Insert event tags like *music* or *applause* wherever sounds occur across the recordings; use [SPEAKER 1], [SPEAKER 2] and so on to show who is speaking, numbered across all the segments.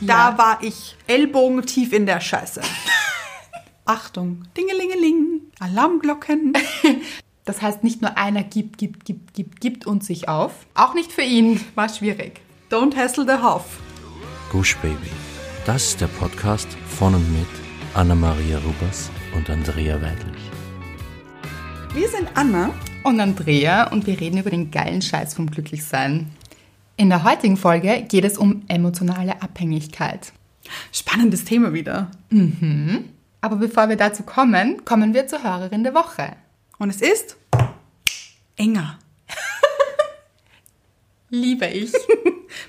[SPEAKER 1] Da war ich ellbogentief in der Scheiße. Achtung, Dingelingeling, Alarmglocken.
[SPEAKER 2] Das heißt, nicht nur einer gibt, gibt, gibt, gibt, gibt und sich auf. Auch nicht für ihn. War schwierig.
[SPEAKER 1] Don't hassle the Hof.
[SPEAKER 3] Gush Baby. Das ist der Podcast von und mit Anna-Maria Rubers und Andrea Weidlich.
[SPEAKER 1] Wir sind Anna.
[SPEAKER 2] Und Andrea und wir reden über den geilen Scheiß vom Glücklichsein. In der heutigen Folge geht es um emotionale Abhängigkeit.
[SPEAKER 1] Spannendes Thema wieder.
[SPEAKER 2] Aber bevor wir dazu kommen, kommen wir zur Hörerin der Woche.
[SPEAKER 1] Und es ist enger.
[SPEAKER 2] Liebe ich.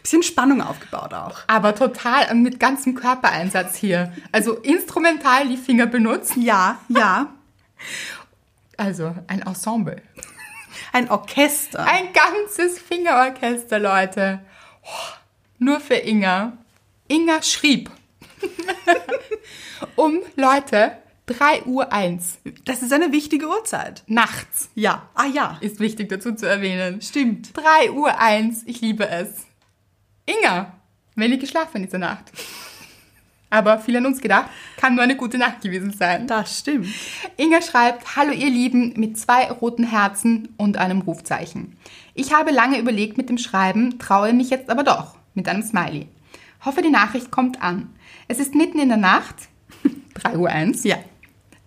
[SPEAKER 1] Bisschen Spannung aufgebaut auch.
[SPEAKER 2] *laughs* Aber total und mit ganzem Körpereinsatz hier. Also instrumental die Finger benutzt.
[SPEAKER 1] Ja, ja.
[SPEAKER 2] Also ein Ensemble.
[SPEAKER 1] Ein Orchester.
[SPEAKER 2] Ein ganzes Fingerorchester, Leute. Oh, Nur für Inga. Inga schrieb *laughs* um, Leute, 3.01 Uhr
[SPEAKER 1] Das ist eine wichtige Uhrzeit.
[SPEAKER 2] nachts.
[SPEAKER 1] Ja. Ah ja.
[SPEAKER 2] Ist wichtig dazu zu erwähnen.
[SPEAKER 1] Stimmt.
[SPEAKER 2] 3.01 Uhr, ich liebe es. Inga, wenig geschlafen in dieser Nacht. Aber viel an uns gedacht, kann nur eine gute Nacht gewesen sein.
[SPEAKER 1] Das stimmt.
[SPEAKER 2] Inga schreibt, hallo ihr Lieben, mit zwei roten Herzen und einem Rufzeichen. Ich habe lange überlegt mit dem Schreiben, traue mich jetzt aber doch, mit einem Smiley. Hoffe, die Nachricht kommt an. Es ist mitten in der Nacht, *laughs* 3.01 Uhr,
[SPEAKER 1] Ja.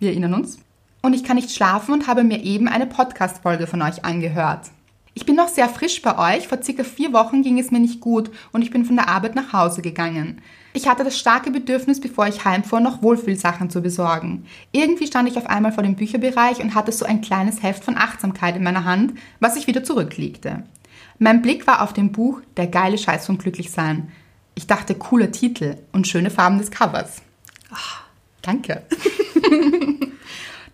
[SPEAKER 2] wir erinnern uns. Und ich kann nicht schlafen und habe mir eben eine Podcast-Folge von euch angehört. Ich bin noch sehr frisch bei euch. Vor circa vier Wochen ging es mir nicht gut und ich bin von der Arbeit nach Hause gegangen. Ich hatte das starke Bedürfnis, bevor ich heimfuhr, noch Wohlfühlsachen zu besorgen. Irgendwie stand ich auf einmal vor dem Bücherbereich und hatte so ein kleines Heft von Achtsamkeit in meiner Hand, was ich wieder zurücklegte. Mein Blick war auf dem Buch Der geile Scheiß vom Glücklichsein. Ich dachte, cooler Titel und schöne Farben des Covers. Danke.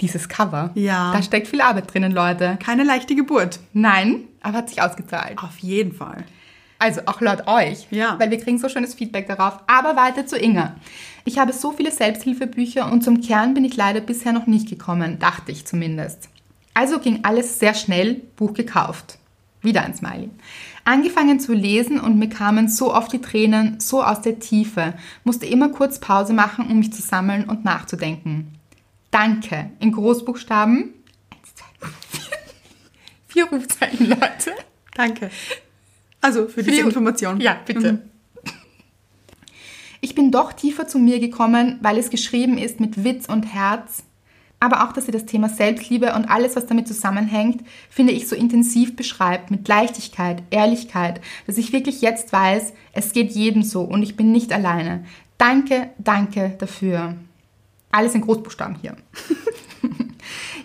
[SPEAKER 2] Dieses Cover.
[SPEAKER 1] Ja.
[SPEAKER 2] Da steckt viel Arbeit drinnen, Leute.
[SPEAKER 1] Keine leichte Geburt.
[SPEAKER 2] Nein, aber hat sich ausgezahlt.
[SPEAKER 1] Auf jeden Fall.
[SPEAKER 2] Also auch laut euch.
[SPEAKER 1] Ja.
[SPEAKER 2] Weil wir kriegen so schönes Feedback darauf. Aber weiter zu Inga. Ich habe so viele Selbsthilfebücher und zum Kern bin ich leider bisher noch nicht gekommen, dachte ich zumindest. Also ging alles sehr schnell, Buch gekauft. Wieder ein Smiley. Angefangen zu lesen und mir kamen so oft die Tränen, so aus der Tiefe, musste immer kurz Pause machen, um mich zu sammeln und nachzudenken. Danke. In Großbuchstaben. Eins, zwei, *laughs* vier. Vier Rufzeichen, Leute.
[SPEAKER 1] Danke. Also für diese
[SPEAKER 2] Viel-
[SPEAKER 1] Information.
[SPEAKER 2] Ja,
[SPEAKER 1] Mhm.
[SPEAKER 2] bitte. Ich bin doch tiefer zu mir gekommen, weil es geschrieben ist mit Witz und Herz. Aber auch, dass ihr das Thema Selbstliebe und alles, was damit zusammenhängt, finde ich so intensiv beschreibt, mit Leichtigkeit, Ehrlichkeit, dass ich wirklich jetzt weiß, es geht jedem so und ich bin nicht alleine. Danke, danke dafür. Alles in Großbuchstaben hier.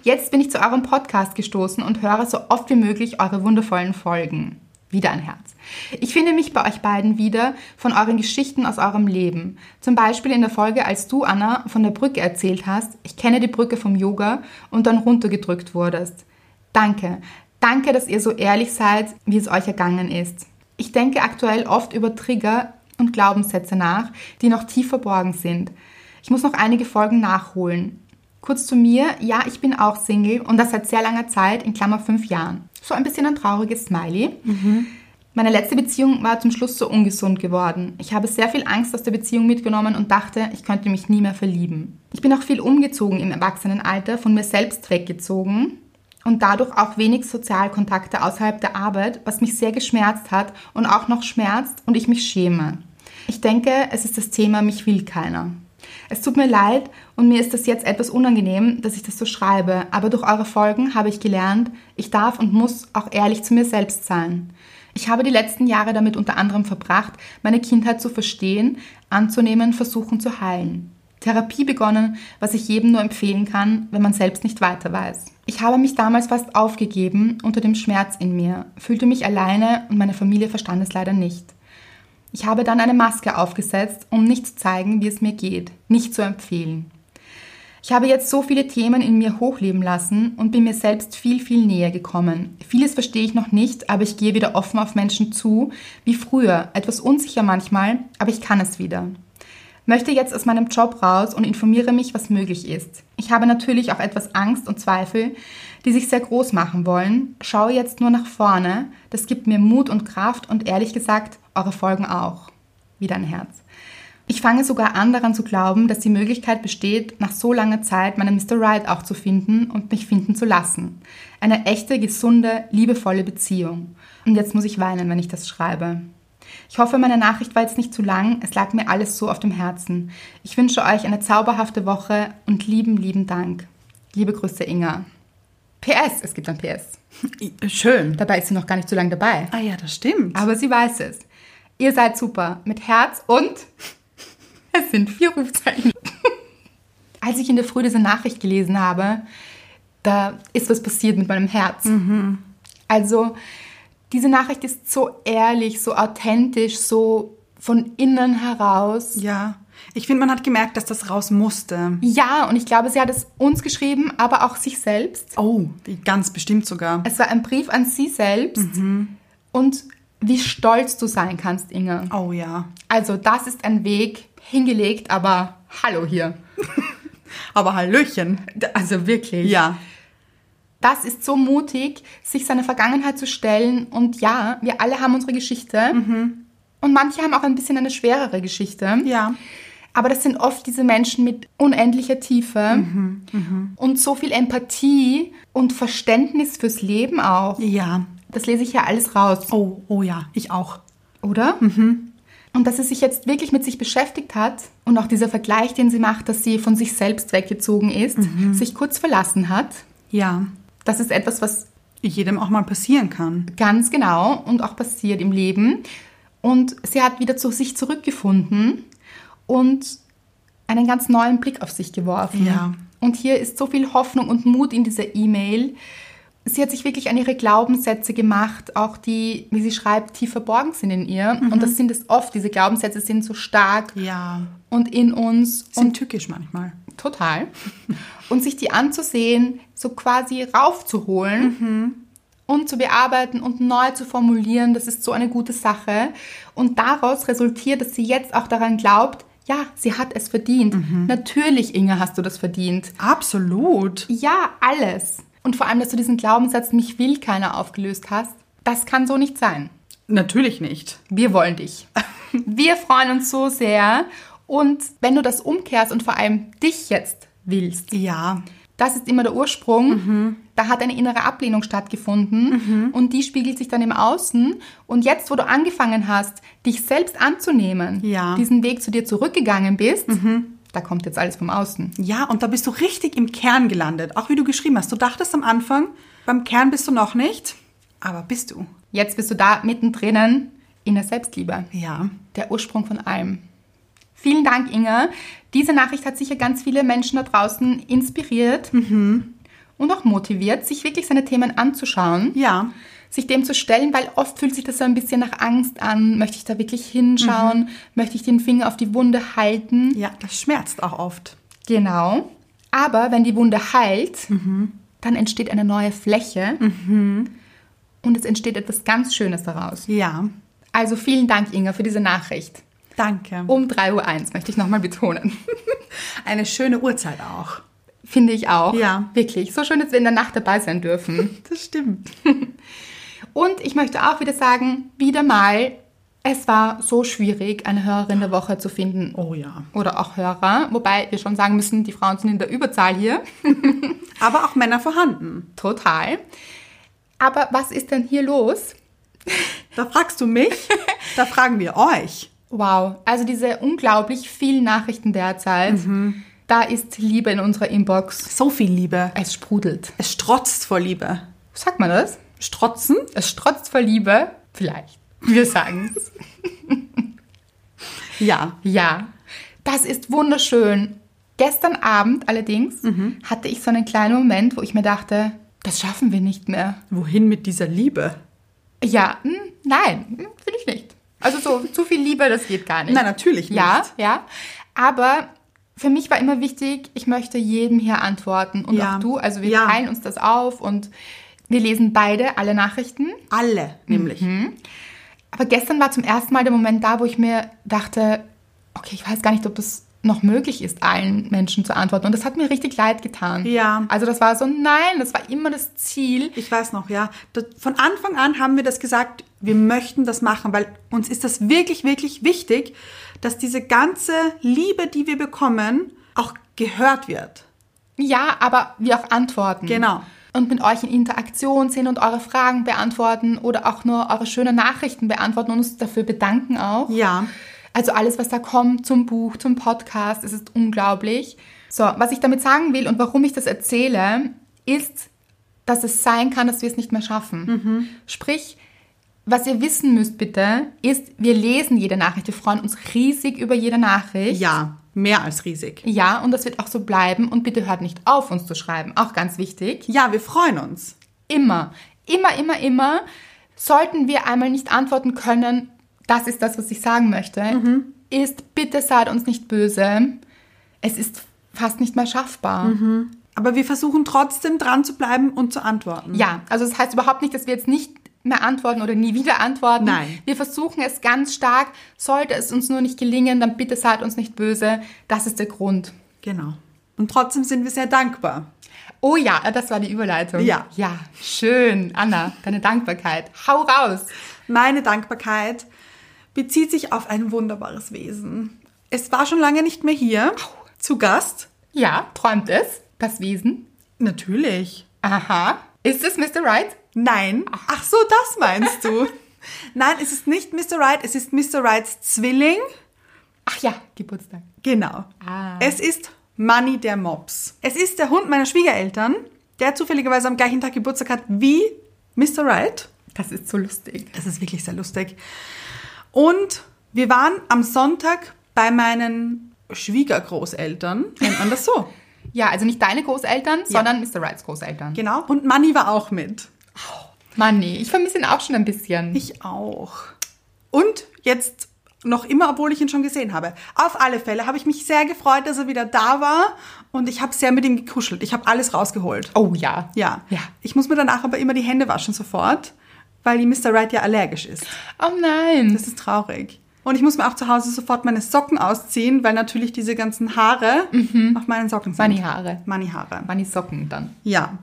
[SPEAKER 2] Jetzt bin ich zu eurem Podcast gestoßen und höre so oft wie möglich eure wundervollen Folgen. Wieder ein Herz. Ich finde mich bei euch beiden wieder von euren Geschichten aus eurem Leben. Zum Beispiel in der Folge, als du, Anna, von der Brücke erzählt hast, ich kenne die Brücke vom Yoga und dann runtergedrückt wurdest. Danke. Danke, dass ihr so ehrlich seid, wie es euch ergangen ist. Ich denke aktuell oft über Trigger und Glaubenssätze nach, die noch tief verborgen sind. Ich muss noch einige Folgen nachholen. Kurz zu mir, ja, ich bin auch Single und das seit sehr langer Zeit, in Klammer fünf Jahren. So ein bisschen ein trauriges Smiley. Meine letzte Beziehung war zum Schluss so ungesund geworden. Ich habe sehr viel Angst aus der Beziehung mitgenommen und dachte, ich könnte mich nie mehr verlieben. Ich bin auch viel umgezogen im Erwachsenenalter, von mir selbst weggezogen und dadurch auch wenig Sozialkontakte außerhalb der Arbeit, was mich sehr geschmerzt hat und auch noch schmerzt und ich mich schäme. Ich denke, es ist das Thema, mich will keiner. Es tut mir leid und mir ist das jetzt etwas unangenehm, dass ich das so schreibe, aber durch eure Folgen habe ich gelernt, ich darf und muss auch ehrlich zu mir selbst sein. Ich habe die letzten Jahre damit unter anderem verbracht, meine Kindheit zu verstehen, anzunehmen, versuchen zu heilen. Therapie begonnen, was ich jedem nur empfehlen kann, wenn man selbst nicht weiter weiß. Ich habe mich damals fast aufgegeben unter dem Schmerz in mir, fühlte mich alleine und meine Familie verstand es leider nicht. Ich habe dann eine Maske aufgesetzt, um nicht zu zeigen, wie es mir geht, nicht zu empfehlen. Ich habe jetzt so viele Themen in mir hochleben lassen und bin mir selbst viel, viel näher gekommen. Vieles verstehe ich noch nicht, aber ich gehe wieder offen auf Menschen zu, wie früher, etwas unsicher manchmal, aber ich kann es wieder. Möchte jetzt aus meinem Job raus und informiere mich, was möglich ist. Ich habe natürlich auch etwas Angst und Zweifel, die sich sehr groß machen wollen. Schaue jetzt nur nach vorne. Das gibt mir Mut und Kraft und ehrlich gesagt, eure Folgen auch. Wieder ein Herz. Ich fange sogar an daran zu glauben, dass die Möglichkeit besteht, nach so langer Zeit meinen Mr. Right auch zu finden und mich finden zu lassen. Eine echte, gesunde, liebevolle Beziehung. Und jetzt muss ich weinen, wenn ich das schreibe. Ich hoffe, meine Nachricht war jetzt nicht zu lang. Es lag mir alles so auf dem Herzen. Ich wünsche euch eine zauberhafte Woche und lieben, lieben Dank. Liebe Grüße, Inga. PS, es gibt ein PS.
[SPEAKER 1] Mhm. Schön.
[SPEAKER 2] Dabei ist sie noch gar nicht so lange dabei.
[SPEAKER 1] Ah ja, das stimmt.
[SPEAKER 2] Aber sie weiß es. Ihr seid super. Mit Herz und. *laughs* Es sind vier Rufzeichen. *laughs* Als ich in der Früh diese Nachricht gelesen habe, da ist was passiert mit meinem Herz. Also, diese Nachricht ist so ehrlich, so authentisch, so von innen heraus.
[SPEAKER 1] Ja. Ich finde, man hat gemerkt, dass das raus musste.
[SPEAKER 2] Ja, und ich glaube, sie hat es uns geschrieben, aber auch sich selbst.
[SPEAKER 1] Oh, die- ganz bestimmt sogar.
[SPEAKER 2] Es war ein Brief an sie selbst und wie stolz du sein kannst, Inge.
[SPEAKER 1] Oh ja.
[SPEAKER 2] Also, das ist ein Weg hingelegt, aber hallo hier.
[SPEAKER 1] Aber Hallöchen.
[SPEAKER 2] Also wirklich.
[SPEAKER 1] Ja.
[SPEAKER 2] Das ist so mutig, sich seiner Vergangenheit zu stellen. Und ja, wir alle haben unsere Geschichte. Und manche haben auch ein bisschen eine schwerere Geschichte.
[SPEAKER 1] Mhm. Ja.
[SPEAKER 2] Aber das sind oft diese Menschen mit unendlicher Tiefe
[SPEAKER 1] Mhm.
[SPEAKER 2] und so viel Empathie und Verständnis fürs Leben auch.
[SPEAKER 1] Ja.
[SPEAKER 2] Das lese ich ja alles raus,
[SPEAKER 1] Oh, oh ja. Ich auch.
[SPEAKER 2] oder? Mhm. Und dass sie sich jetzt wirklich mit sich beschäftigt hat und auch dieser Vergleich, den sie macht, dass sie von sich selbst weggezogen ist, sich kurz verlassen hat,
[SPEAKER 1] Ja.
[SPEAKER 2] das ist etwas, was
[SPEAKER 1] Jedem auch mal passieren kann.
[SPEAKER 2] Ganz genau und auch passiert im Leben. Und sie hat wieder zu sich zurückgefunden und einen ganz neuen Blick auf sich geworfen.
[SPEAKER 1] Ja.
[SPEAKER 2] Und hier ist so viel Hoffnung und Mut in dieser E-Mail. Sie hat sich wirklich an ihre Glaubenssätze gemacht, auch die, wie sie schreibt, tief verborgen sind in ihr.
[SPEAKER 1] Mhm.
[SPEAKER 2] Und das sind es oft, diese Glaubenssätze sind so stark
[SPEAKER 1] Ja.
[SPEAKER 2] und in uns
[SPEAKER 1] Sind tückisch manchmal.
[SPEAKER 2] Total. Und sich die anzusehen, so quasi raufzuholen und zu bearbeiten und neu zu formulieren, das ist so eine gute Sache. Und daraus resultiert, dass sie jetzt auch daran glaubt, ja, sie hat es verdient. Natürlich, Inge, hast du das verdient.
[SPEAKER 1] Absolut.
[SPEAKER 2] Ja, alles. Und vor allem, dass du diesen Glaubenssatz, mich will keiner, aufgelöst hast. Das kann so nicht sein.
[SPEAKER 1] Natürlich nicht.
[SPEAKER 2] Wir wollen dich. Wir freuen uns so sehr. Und wenn du das umkehrst und vor allem dich jetzt willst,
[SPEAKER 1] Ja.
[SPEAKER 2] das ist immer der Ursprung. Da hat eine innere Ablehnung stattgefunden und die spiegelt sich dann im Außen. Und jetzt, wo du angefangen hast, dich selbst anzunehmen,
[SPEAKER 1] Ja.
[SPEAKER 2] diesen Weg zu dir zurückgegangen bist, da kommt jetzt alles vom Außen.
[SPEAKER 1] Ja, und da bist du richtig im Kern gelandet. Auch wie du geschrieben hast. Du dachtest am Anfang, beim Kern bist du noch nicht, aber bist du.
[SPEAKER 2] Jetzt bist du da mittendrin in der Selbstliebe,
[SPEAKER 1] Ja.
[SPEAKER 2] der Ursprung von allem. Vielen Dank, Inge. Diese Nachricht hat sicher ganz viele Menschen da draußen inspiriert und auch motiviert, sich wirklich seine Themen anzuschauen.
[SPEAKER 1] Ja.
[SPEAKER 2] sich dem zu stellen, weil oft fühlt sich das so ein bisschen nach Angst an. Möchte ich da wirklich hinschauen? Möchte ich den Finger auf die Wunde halten?
[SPEAKER 1] Ja, das schmerzt auch oft.
[SPEAKER 2] Genau. Aber wenn die Wunde heilt, dann entsteht eine neue Fläche und es entsteht etwas ganz Schönes daraus.
[SPEAKER 1] Ja.
[SPEAKER 2] Also vielen Dank, Inga, für diese Nachricht.
[SPEAKER 1] Danke.
[SPEAKER 2] Um 3.01 Uhr möchte ich nochmal betonen. *laughs*
[SPEAKER 1] Eine schöne Uhrzeit auch.
[SPEAKER 2] Finde ich auch.
[SPEAKER 1] Ja.
[SPEAKER 2] Wirklich. So schön, dass wir in der Nacht dabei sein dürfen.
[SPEAKER 1] *laughs* Das stimmt.
[SPEAKER 2] Und ich möchte auch wieder sagen, wieder mal, es war so schwierig, eine Hörerin der Woche zu finden.
[SPEAKER 1] Oh ja.
[SPEAKER 2] Oder auch Hörer. Wobei wir schon sagen müssen, die Frauen sind in der Überzahl hier.
[SPEAKER 1] Aber auch Männer vorhanden.
[SPEAKER 2] Total. Aber was ist denn hier los?
[SPEAKER 1] Da fragst du *laughs* mich, da fragen wir euch.
[SPEAKER 2] Wow. Also diese unglaublich vielen Nachrichten derzeit. Da ist Liebe in unserer Inbox.
[SPEAKER 1] So viel Liebe.
[SPEAKER 2] Es sprudelt.
[SPEAKER 1] Es strotzt vor Liebe.
[SPEAKER 2] Sagt man das?
[SPEAKER 1] Strotzen?
[SPEAKER 2] Es strotzt vor Liebe. Vielleicht. Wir sagen es.
[SPEAKER 1] Ja.
[SPEAKER 2] Ja, das ist wunderschön. Gestern Abend allerdings hatte ich so einen kleinen Moment, wo ich mir dachte, das schaffen wir nicht mehr.
[SPEAKER 1] Wohin mit dieser Liebe?
[SPEAKER 2] Ja, hm, nein, hm, finde ich nicht. Also so zu viel Liebe, das geht gar nicht.
[SPEAKER 1] Na, natürlich nicht.
[SPEAKER 2] Ja, ja. Aber für mich war immer wichtig, ich möchte jedem hier antworten und
[SPEAKER 1] Ja.
[SPEAKER 2] auch du. Also wir
[SPEAKER 1] Ja.
[SPEAKER 2] teilen uns das auf und wir lesen beide alle Nachrichten.
[SPEAKER 1] Alle, nämlich.
[SPEAKER 2] Aber gestern war zum ersten Mal der Moment da, wo ich mir dachte, okay, ich weiß gar nicht, ob das noch möglich ist, allen Menschen zu antworten. Und das hat mir richtig leid getan.
[SPEAKER 1] Ja.
[SPEAKER 2] Also das war so, nein, das war immer das Ziel.
[SPEAKER 1] Ich weiß noch, ja. Das, von Anfang an haben wir das gesagt, Wir möchten das machen, weil uns ist das wirklich, wirklich wichtig, dass diese ganze Liebe, die wir bekommen, auch gehört wird.
[SPEAKER 2] Ja, aber wir auch antworten.
[SPEAKER 1] Genau.
[SPEAKER 2] Und mit euch in Interaktion sind und eure Fragen beantworten oder auch nur eure schönen Nachrichten beantworten und uns dafür bedanken auch.
[SPEAKER 1] Ja.
[SPEAKER 2] Also alles, was da kommt zum Buch, zum Podcast, es ist unglaublich. So, was ich damit sagen will und warum ich das erzähle, ist, dass es sein kann, dass wir es nicht mehr schaffen.
[SPEAKER 1] Mhm.
[SPEAKER 2] Sprich, was ihr wissen müsst bitte, ist, wir lesen jede Nachricht. Wir freuen uns riesig über jede Nachricht.
[SPEAKER 1] Ja, mehr als riesig.
[SPEAKER 2] Ja, und das wird auch so bleiben. Und bitte hört nicht auf, uns zu schreiben. Auch ganz wichtig.
[SPEAKER 1] Ja, wir freuen uns.
[SPEAKER 2] Immer, immer, immer, immer. Sollten wir einmal nicht antworten können, das ist das, was ich sagen möchte, ist, bitte seid uns nicht böse. Es ist fast nicht mehr schaffbar.
[SPEAKER 1] Aber wir versuchen trotzdem dran zu bleiben und zu antworten.
[SPEAKER 2] Ja, also das heißt überhaupt nicht, dass wir jetzt nicht mehr antworten oder nie wieder antworten.
[SPEAKER 1] Nein.
[SPEAKER 2] Wir versuchen es ganz stark. Sollte es uns nur nicht gelingen, dann bitte seid uns nicht böse. Das ist der Grund.
[SPEAKER 1] Genau. Und trotzdem sind wir sehr dankbar.
[SPEAKER 2] Oh ja, das war die Überleitung.
[SPEAKER 1] Ja.
[SPEAKER 2] Ja, schön. Anna, deine Dankbarkeit. Hau raus.
[SPEAKER 1] Meine Dankbarkeit bezieht sich auf ein wunderbares Wesen. Es war schon lange nicht mehr hier. Zu Gast?
[SPEAKER 2] Ja, träumt es? Das Wesen?
[SPEAKER 1] Natürlich.
[SPEAKER 2] Aha. Ist es Mr. Right?
[SPEAKER 1] Nein. Ach so, das meinst
[SPEAKER 2] *laughs*
[SPEAKER 1] du. Nein, es ist nicht Mr. Right, es ist Mr. Rights Zwilling.
[SPEAKER 2] Ach ja, Geburtstag.
[SPEAKER 1] Genau.
[SPEAKER 2] Ah.
[SPEAKER 1] Es ist Manny der Mops. Es ist der Hund meiner Schwiegereltern, der zufälligerweise am gleichen Tag Geburtstag hat wie Mr. Right.
[SPEAKER 2] Das ist so lustig.
[SPEAKER 1] Das ist wirklich sehr lustig. Und wir waren am Sonntag bei meinen Schwiegergroßeltern, nennt man das so.
[SPEAKER 2] Ja, also nicht deine Großeltern, sondern Mr. Rights
[SPEAKER 1] *laughs*
[SPEAKER 2] Großeltern.
[SPEAKER 1] genau. Und Manny war auch mit.
[SPEAKER 2] Manni, ich vermisse ihn auch schon ein bisschen.
[SPEAKER 1] Ich auch. Und jetzt noch immer, obwohl ich ihn schon gesehen habe. Auf alle Fälle habe ich mich sehr gefreut, dass er wieder da war und ich habe sehr mit ihm gekuschelt. Ich habe alles rausgeholt.
[SPEAKER 2] oh ja.
[SPEAKER 1] Ja.
[SPEAKER 2] Ja.
[SPEAKER 1] Ich muss mir danach aber immer die Hände waschen sofort, weil die Mr. Right ja allergisch ist.
[SPEAKER 2] Oh nein.
[SPEAKER 1] Das ist traurig. Und ich muss mir auch zu Hause sofort meine Socken ausziehen, weil natürlich diese ganzen Haare auf meinen Socken sind.
[SPEAKER 2] Money-Haare.
[SPEAKER 1] Money-Haare.
[SPEAKER 2] Manni Socken dann.
[SPEAKER 1] Ja,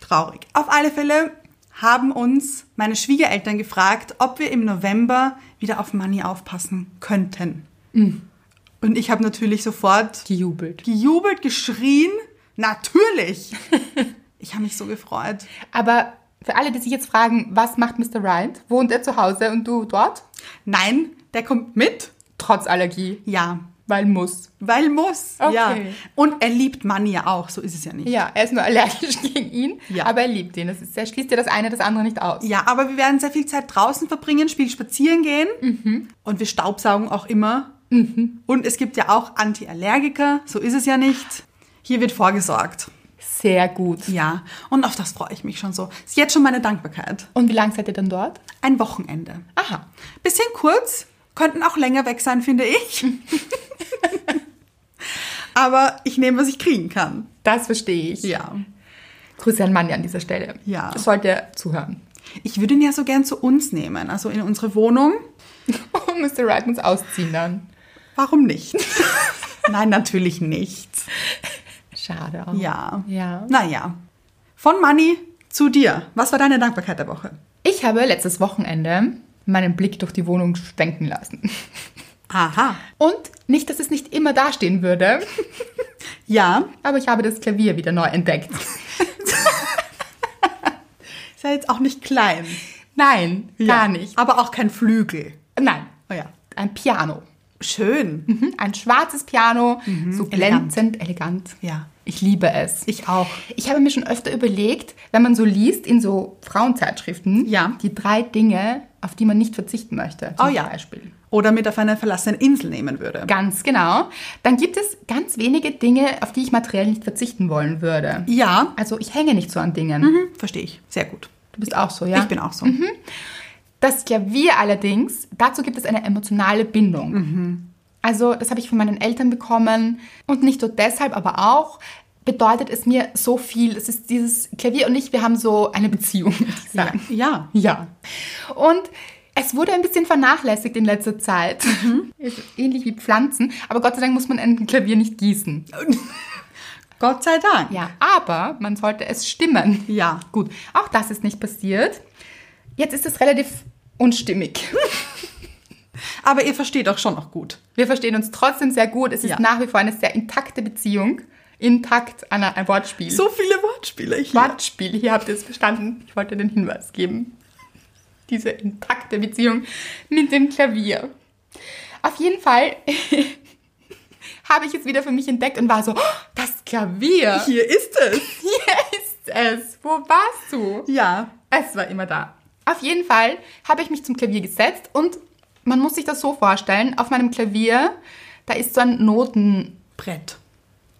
[SPEAKER 1] traurig. Auf alle Fälle haben uns meine Schwiegereltern gefragt, ob wir im November wieder auf Money aufpassen könnten. Und ich habe natürlich sofort
[SPEAKER 2] Gejubelt.
[SPEAKER 1] gejubelt, geschrien. Natürlich! ich habe mich so gefreut.
[SPEAKER 2] Aber für alle, die sich jetzt fragen, was macht Mr. Right? Wohnt er zu Hause und du dort?
[SPEAKER 1] Nein, der kommt mit.
[SPEAKER 2] Trotz Allergie.
[SPEAKER 1] Ja,
[SPEAKER 2] Weil muss.
[SPEAKER 1] weil muss.
[SPEAKER 2] Okay.
[SPEAKER 1] Ja. Und er liebt Money ja auch, so ist es ja nicht.
[SPEAKER 2] Ja, er ist nur allergisch *laughs* gegen ihn,
[SPEAKER 1] Ja.
[SPEAKER 2] aber er liebt ihn. Das ist, er schließt ja das eine das andere nicht aus.
[SPEAKER 1] Ja, aber wir werden sehr viel Zeit draußen verbringen, viel spazieren gehen und wir staubsaugen auch immer. Und es gibt ja auch Antiallergiker, so ist es ja nicht. Hier wird vorgesorgt.
[SPEAKER 2] Sehr gut.
[SPEAKER 1] Ja, und auf das freue ich mich schon so. Ist jetzt schon meine Dankbarkeit.
[SPEAKER 2] Und wie lange seid ihr dann dort?
[SPEAKER 1] Ein Wochenende.
[SPEAKER 2] Aha.
[SPEAKER 1] Bisschen kurz, könnten auch länger weg sein, finde ich. *laughs* aber ich nehme, was ich kriegen kann.
[SPEAKER 2] Das verstehe ich.
[SPEAKER 1] Ja.
[SPEAKER 2] Grüße an Manni an dieser Stelle.
[SPEAKER 1] Ja.
[SPEAKER 2] Das sollte er zuhören. *laughs*
[SPEAKER 1] Ich würde ihn ja so gern zu uns nehmen, also in unsere Wohnung.
[SPEAKER 2] Und Mr. Oh, Wright muss ausziehen dann.
[SPEAKER 1] Warum nicht? *laughs* Nein, natürlich nicht.
[SPEAKER 2] Schade auch.
[SPEAKER 1] Ja.
[SPEAKER 2] Ja.
[SPEAKER 1] Naja. Von Money zu dir. Was war deine Dankbarkeit der Woche?
[SPEAKER 2] Ich habe letztes Wochenende meinen Blick durch die Wohnung schwenken lassen.
[SPEAKER 1] Aha.
[SPEAKER 2] Und nicht, dass es nicht immer dastehen würde,
[SPEAKER 1] Ja.
[SPEAKER 2] aber ich habe das Klavier wieder neu entdeckt. *laughs*
[SPEAKER 1] Ist ja jetzt auch nicht klein.
[SPEAKER 2] Nein, gar nicht.
[SPEAKER 1] Aber auch kein Flügel.
[SPEAKER 2] Nein.
[SPEAKER 1] Oh ja.
[SPEAKER 2] Ein Piano.
[SPEAKER 1] Schön.
[SPEAKER 2] Mhm, Ein schwarzes Piano, so
[SPEAKER 1] Mhm. Elegant.
[SPEAKER 2] glänzend, elegant.
[SPEAKER 1] Ja.
[SPEAKER 2] Ich liebe es.
[SPEAKER 1] Ich auch.
[SPEAKER 2] Ich habe mir schon öfter überlegt, wenn man so liest in so Frauenzeitschriften,
[SPEAKER 1] Ja.
[SPEAKER 2] die drei Dinge, auf die man nicht verzichten möchte. Zum
[SPEAKER 1] Oh ja.
[SPEAKER 2] Beispiel.
[SPEAKER 1] Oder mit auf eine verlassene Insel nehmen würde.
[SPEAKER 2] Ganz genau. Dann gibt es ganz wenige Dinge, auf die ich materiell nicht verzichten wollen würde.
[SPEAKER 1] Ja.
[SPEAKER 2] Also ich hänge nicht so an Dingen.
[SPEAKER 1] Hm, Verstehe ich. Sehr gut.
[SPEAKER 2] Du bist auch so, ja? Mhm.
[SPEAKER 1] Ich bin auch so.
[SPEAKER 2] Das Klavier allerdings, dazu gibt es eine emotionale Bindung. Also das habe ich von meinen Eltern bekommen und nicht nur deshalb, aber auch bedeutet es mir so viel. Es ist dieses Klavier und ich, wir haben so eine Beziehung. *laughs* würde ich sagen.
[SPEAKER 1] Ja.
[SPEAKER 2] Ja. Und es wurde ein bisschen vernachlässigt in letzter Zeit.
[SPEAKER 1] Mhm.
[SPEAKER 2] Ist Ähnlich wie Pflanzen, aber Gott sei Dank muss man ein Klavier nicht gießen.
[SPEAKER 1] Gott sei Dank.
[SPEAKER 2] Ja, aber man sollte es stimmen.
[SPEAKER 1] Ja.
[SPEAKER 2] Gut, auch das ist nicht passiert. Jetzt ist es relativ und stimmig.
[SPEAKER 1] Aber ihr versteht auch schon noch gut.
[SPEAKER 2] Wir verstehen uns trotzdem sehr gut. Es ist
[SPEAKER 1] Ja.
[SPEAKER 2] nach wie vor eine sehr intakte Beziehung. Intakt, Anna, ein Wortspiel.
[SPEAKER 1] So viele Wortspiele hier.
[SPEAKER 2] Wortspiel, hier habt ihr es verstanden. Ich wollte den Hinweis geben. Diese intakte Beziehung mit dem Klavier. Auf jeden Fall *laughs* habe ich es wieder für mich entdeckt und war so, "Oh, das Klavier, *laughs*
[SPEAKER 1] Hier ist es.
[SPEAKER 2] hier ist es. Wo warst du?
[SPEAKER 1] Ja.
[SPEAKER 2] Es war immer da. Auf jeden Fall habe ich mich zum Klavier gesetzt und man muss sich das so vorstellen, auf meinem Klavier, da ist so ein Noten...
[SPEAKER 1] Brett.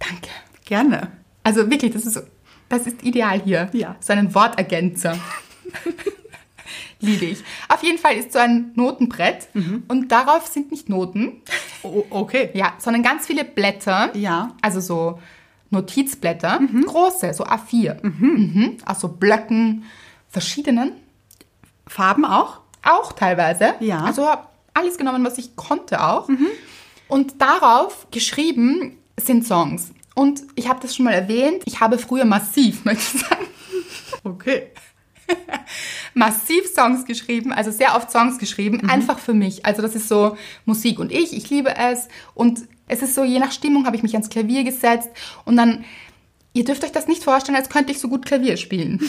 [SPEAKER 2] Danke.
[SPEAKER 1] Gerne.
[SPEAKER 2] Also wirklich, das ist, das ist ideal hier.
[SPEAKER 1] Ja.
[SPEAKER 2] So
[SPEAKER 1] *laughs*
[SPEAKER 2] einen Wortergänzer. Liebe ich. Auf jeden Fall ist so ein Notenbrett
[SPEAKER 1] Mhm.
[SPEAKER 2] und darauf sind nicht Noten,
[SPEAKER 1] Oh, okay.
[SPEAKER 2] ja, sondern ganz viele Blätter.
[SPEAKER 1] Ja. Mhm.
[SPEAKER 2] Also so Notizblätter, große, so A4. Mhm. Aus so Blöcken, verschiedenen.
[SPEAKER 1] Farben auch?
[SPEAKER 2] Auch teilweise.
[SPEAKER 1] Ja. Mhm.
[SPEAKER 2] Also hab alles genommen, was ich konnte auch. Und darauf geschrieben sind Songs. Und ich habe das schon mal erwähnt, ich habe früher massiv, *laughs* möchte ich sagen,
[SPEAKER 1] Okay.
[SPEAKER 2] massiv Songs geschrieben, also sehr oft Songs geschrieben, einfach für mich. Also das ist so Musik und ich, ich liebe es. Und es ist so, je nach Stimmung habe ich mich ans Klavier gesetzt und dann, ihr dürft euch das nicht vorstellen, als könnte ich so gut Klavier spielen.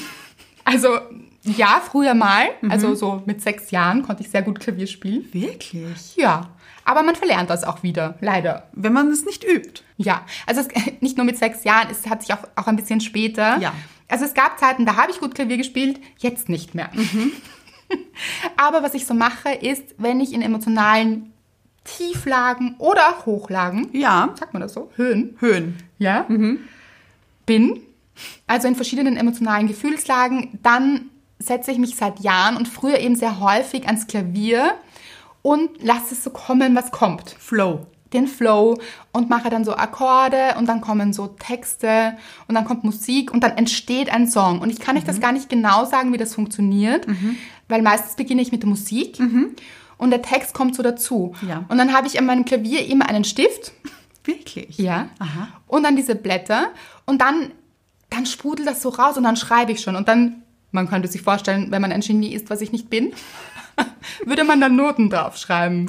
[SPEAKER 2] Also ja, früher mal, also so mit sechs Jahren konnte ich sehr gut Klavier spielen.
[SPEAKER 1] Wirklich?
[SPEAKER 2] Ja, aber man verlernt das auch wieder, leider.
[SPEAKER 1] Wenn man es nicht übt.
[SPEAKER 2] Ja, also es, *laughs* nicht nur mit sechs Jahren, es hat sich auch, auch ein bisschen später.
[SPEAKER 1] Ja.
[SPEAKER 2] Also es gab Zeiten, da habe ich gut Klavier gespielt, jetzt nicht mehr.
[SPEAKER 1] Mhm.
[SPEAKER 2] *laughs* aber was ich so mache, ist, wenn ich in emotionalen Tieflagen oder auch Hochlagen,
[SPEAKER 1] Ja. Mhm.
[SPEAKER 2] sagt man das so, Höhen,
[SPEAKER 1] Höhen.
[SPEAKER 2] ja, bin, also in verschiedenen emotionalen Gefühlslagen, dann setze ich mich seit Jahren und früher eben sehr häufig ans Klavier und lasse es so kommen, was kommt
[SPEAKER 1] Flow.
[SPEAKER 2] den Flow und mache dann so Akkorde und dann kommen so Texte und dann kommt Musik und dann entsteht ein Song. Und ich kann euch das gar nicht genau sagen, wie das funktioniert, weil meistens beginne ich mit der Musik und der Text kommt so dazu.
[SPEAKER 1] Ja.
[SPEAKER 2] Und dann habe ich an meinem Klavier immer einen Stift.
[SPEAKER 1] Wirklich?
[SPEAKER 2] Ja.
[SPEAKER 1] Aha.
[SPEAKER 2] Und dann diese Blätter und dann, dann sprudelt das so raus und dann schreibe ich schon. Und dann, man könnte sich vorstellen, wenn man ein Genie ist, was ich nicht bin, *laughs* würde man dann
[SPEAKER 1] *laughs*
[SPEAKER 2] Noten draufschreiben.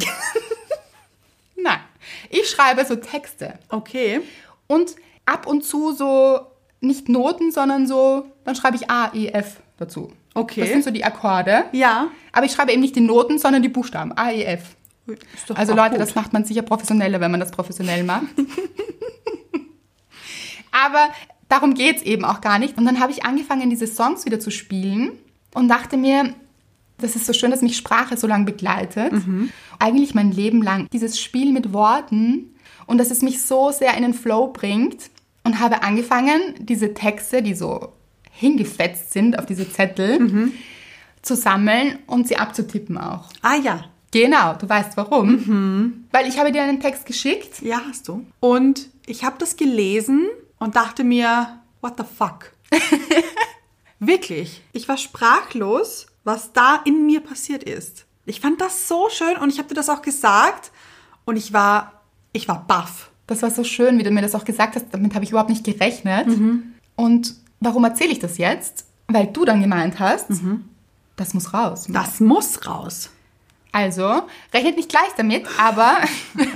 [SPEAKER 2] Nein, ich schreibe so Texte.
[SPEAKER 1] Okay.
[SPEAKER 2] Und ab und zu so, nicht Noten, sondern so, dann schreibe ich A, E, F dazu.
[SPEAKER 1] Okay.
[SPEAKER 2] Das sind so die Akkorde.
[SPEAKER 1] Ja.
[SPEAKER 2] Aber ich schreibe eben nicht die Noten, sondern die Buchstaben. A, E, F.
[SPEAKER 1] Ist doch
[SPEAKER 2] Also
[SPEAKER 1] auch
[SPEAKER 2] Leute,
[SPEAKER 1] gut.
[SPEAKER 2] das macht man sicher professioneller, wenn man das professionell macht. *laughs* Aber darum geht's eben auch gar nicht. Und dann habe ich angefangen, diese Songs wieder zu spielen und dachte mir, das ist so schön, dass mich Sprache so lange begleitet.
[SPEAKER 1] Mhm.
[SPEAKER 2] Eigentlich mein Leben lang. Dieses Spiel mit Worten und dass es mich so sehr in den Flow bringt. Und habe angefangen, diese Texte, die so hingefetzt sind auf diese Zettel,
[SPEAKER 1] Mhm.
[SPEAKER 2] zu sammeln und sie abzutippen auch.
[SPEAKER 1] Ah ja.
[SPEAKER 2] Genau, du weißt warum. Weil ich habe dir einen Text geschickt.
[SPEAKER 1] Ja, hast du. Und ich habe das gelesen und dachte mir, what the *laughs* fuck? Wirklich. Ich war sprachlos, was da in mir passiert ist. Ich fand das so schön und ich habe dir das auch gesagt und ich war, ich war baff.
[SPEAKER 2] Das war so schön, wie du mir das auch gesagt hast. Damit habe ich überhaupt nicht gerechnet. Und warum erzähle ich das jetzt? Weil du dann gemeint hast, das muss raus.
[SPEAKER 1] Das muss raus.
[SPEAKER 2] Also, rechnet nicht gleich damit, aber,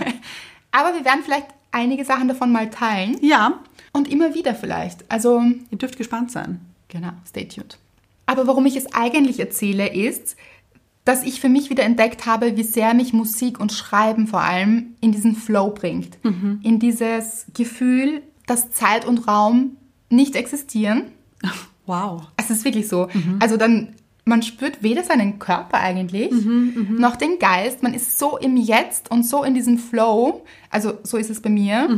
[SPEAKER 2] *laughs* aber wir werden vielleicht einige Sachen davon mal teilen.
[SPEAKER 1] Ja,
[SPEAKER 2] Und immer wieder vielleicht. Also,
[SPEAKER 1] ihr dürft gespannt sein.
[SPEAKER 2] Genau, stay tuned. Aber warum ich es eigentlich erzähle, ist, dass ich für mich wieder entdeckt habe, wie sehr mich Musik und Schreiben vor allem in diesen Flow bringt. In dieses Gefühl, dass Zeit und Raum nicht existieren.
[SPEAKER 1] Wow.
[SPEAKER 2] Es ist wirklich so. Also dann, man spürt weder seinen Körper eigentlich, noch den Geist. Man ist so im Jetzt und so in diesem Flow. Also so ist es bei mir.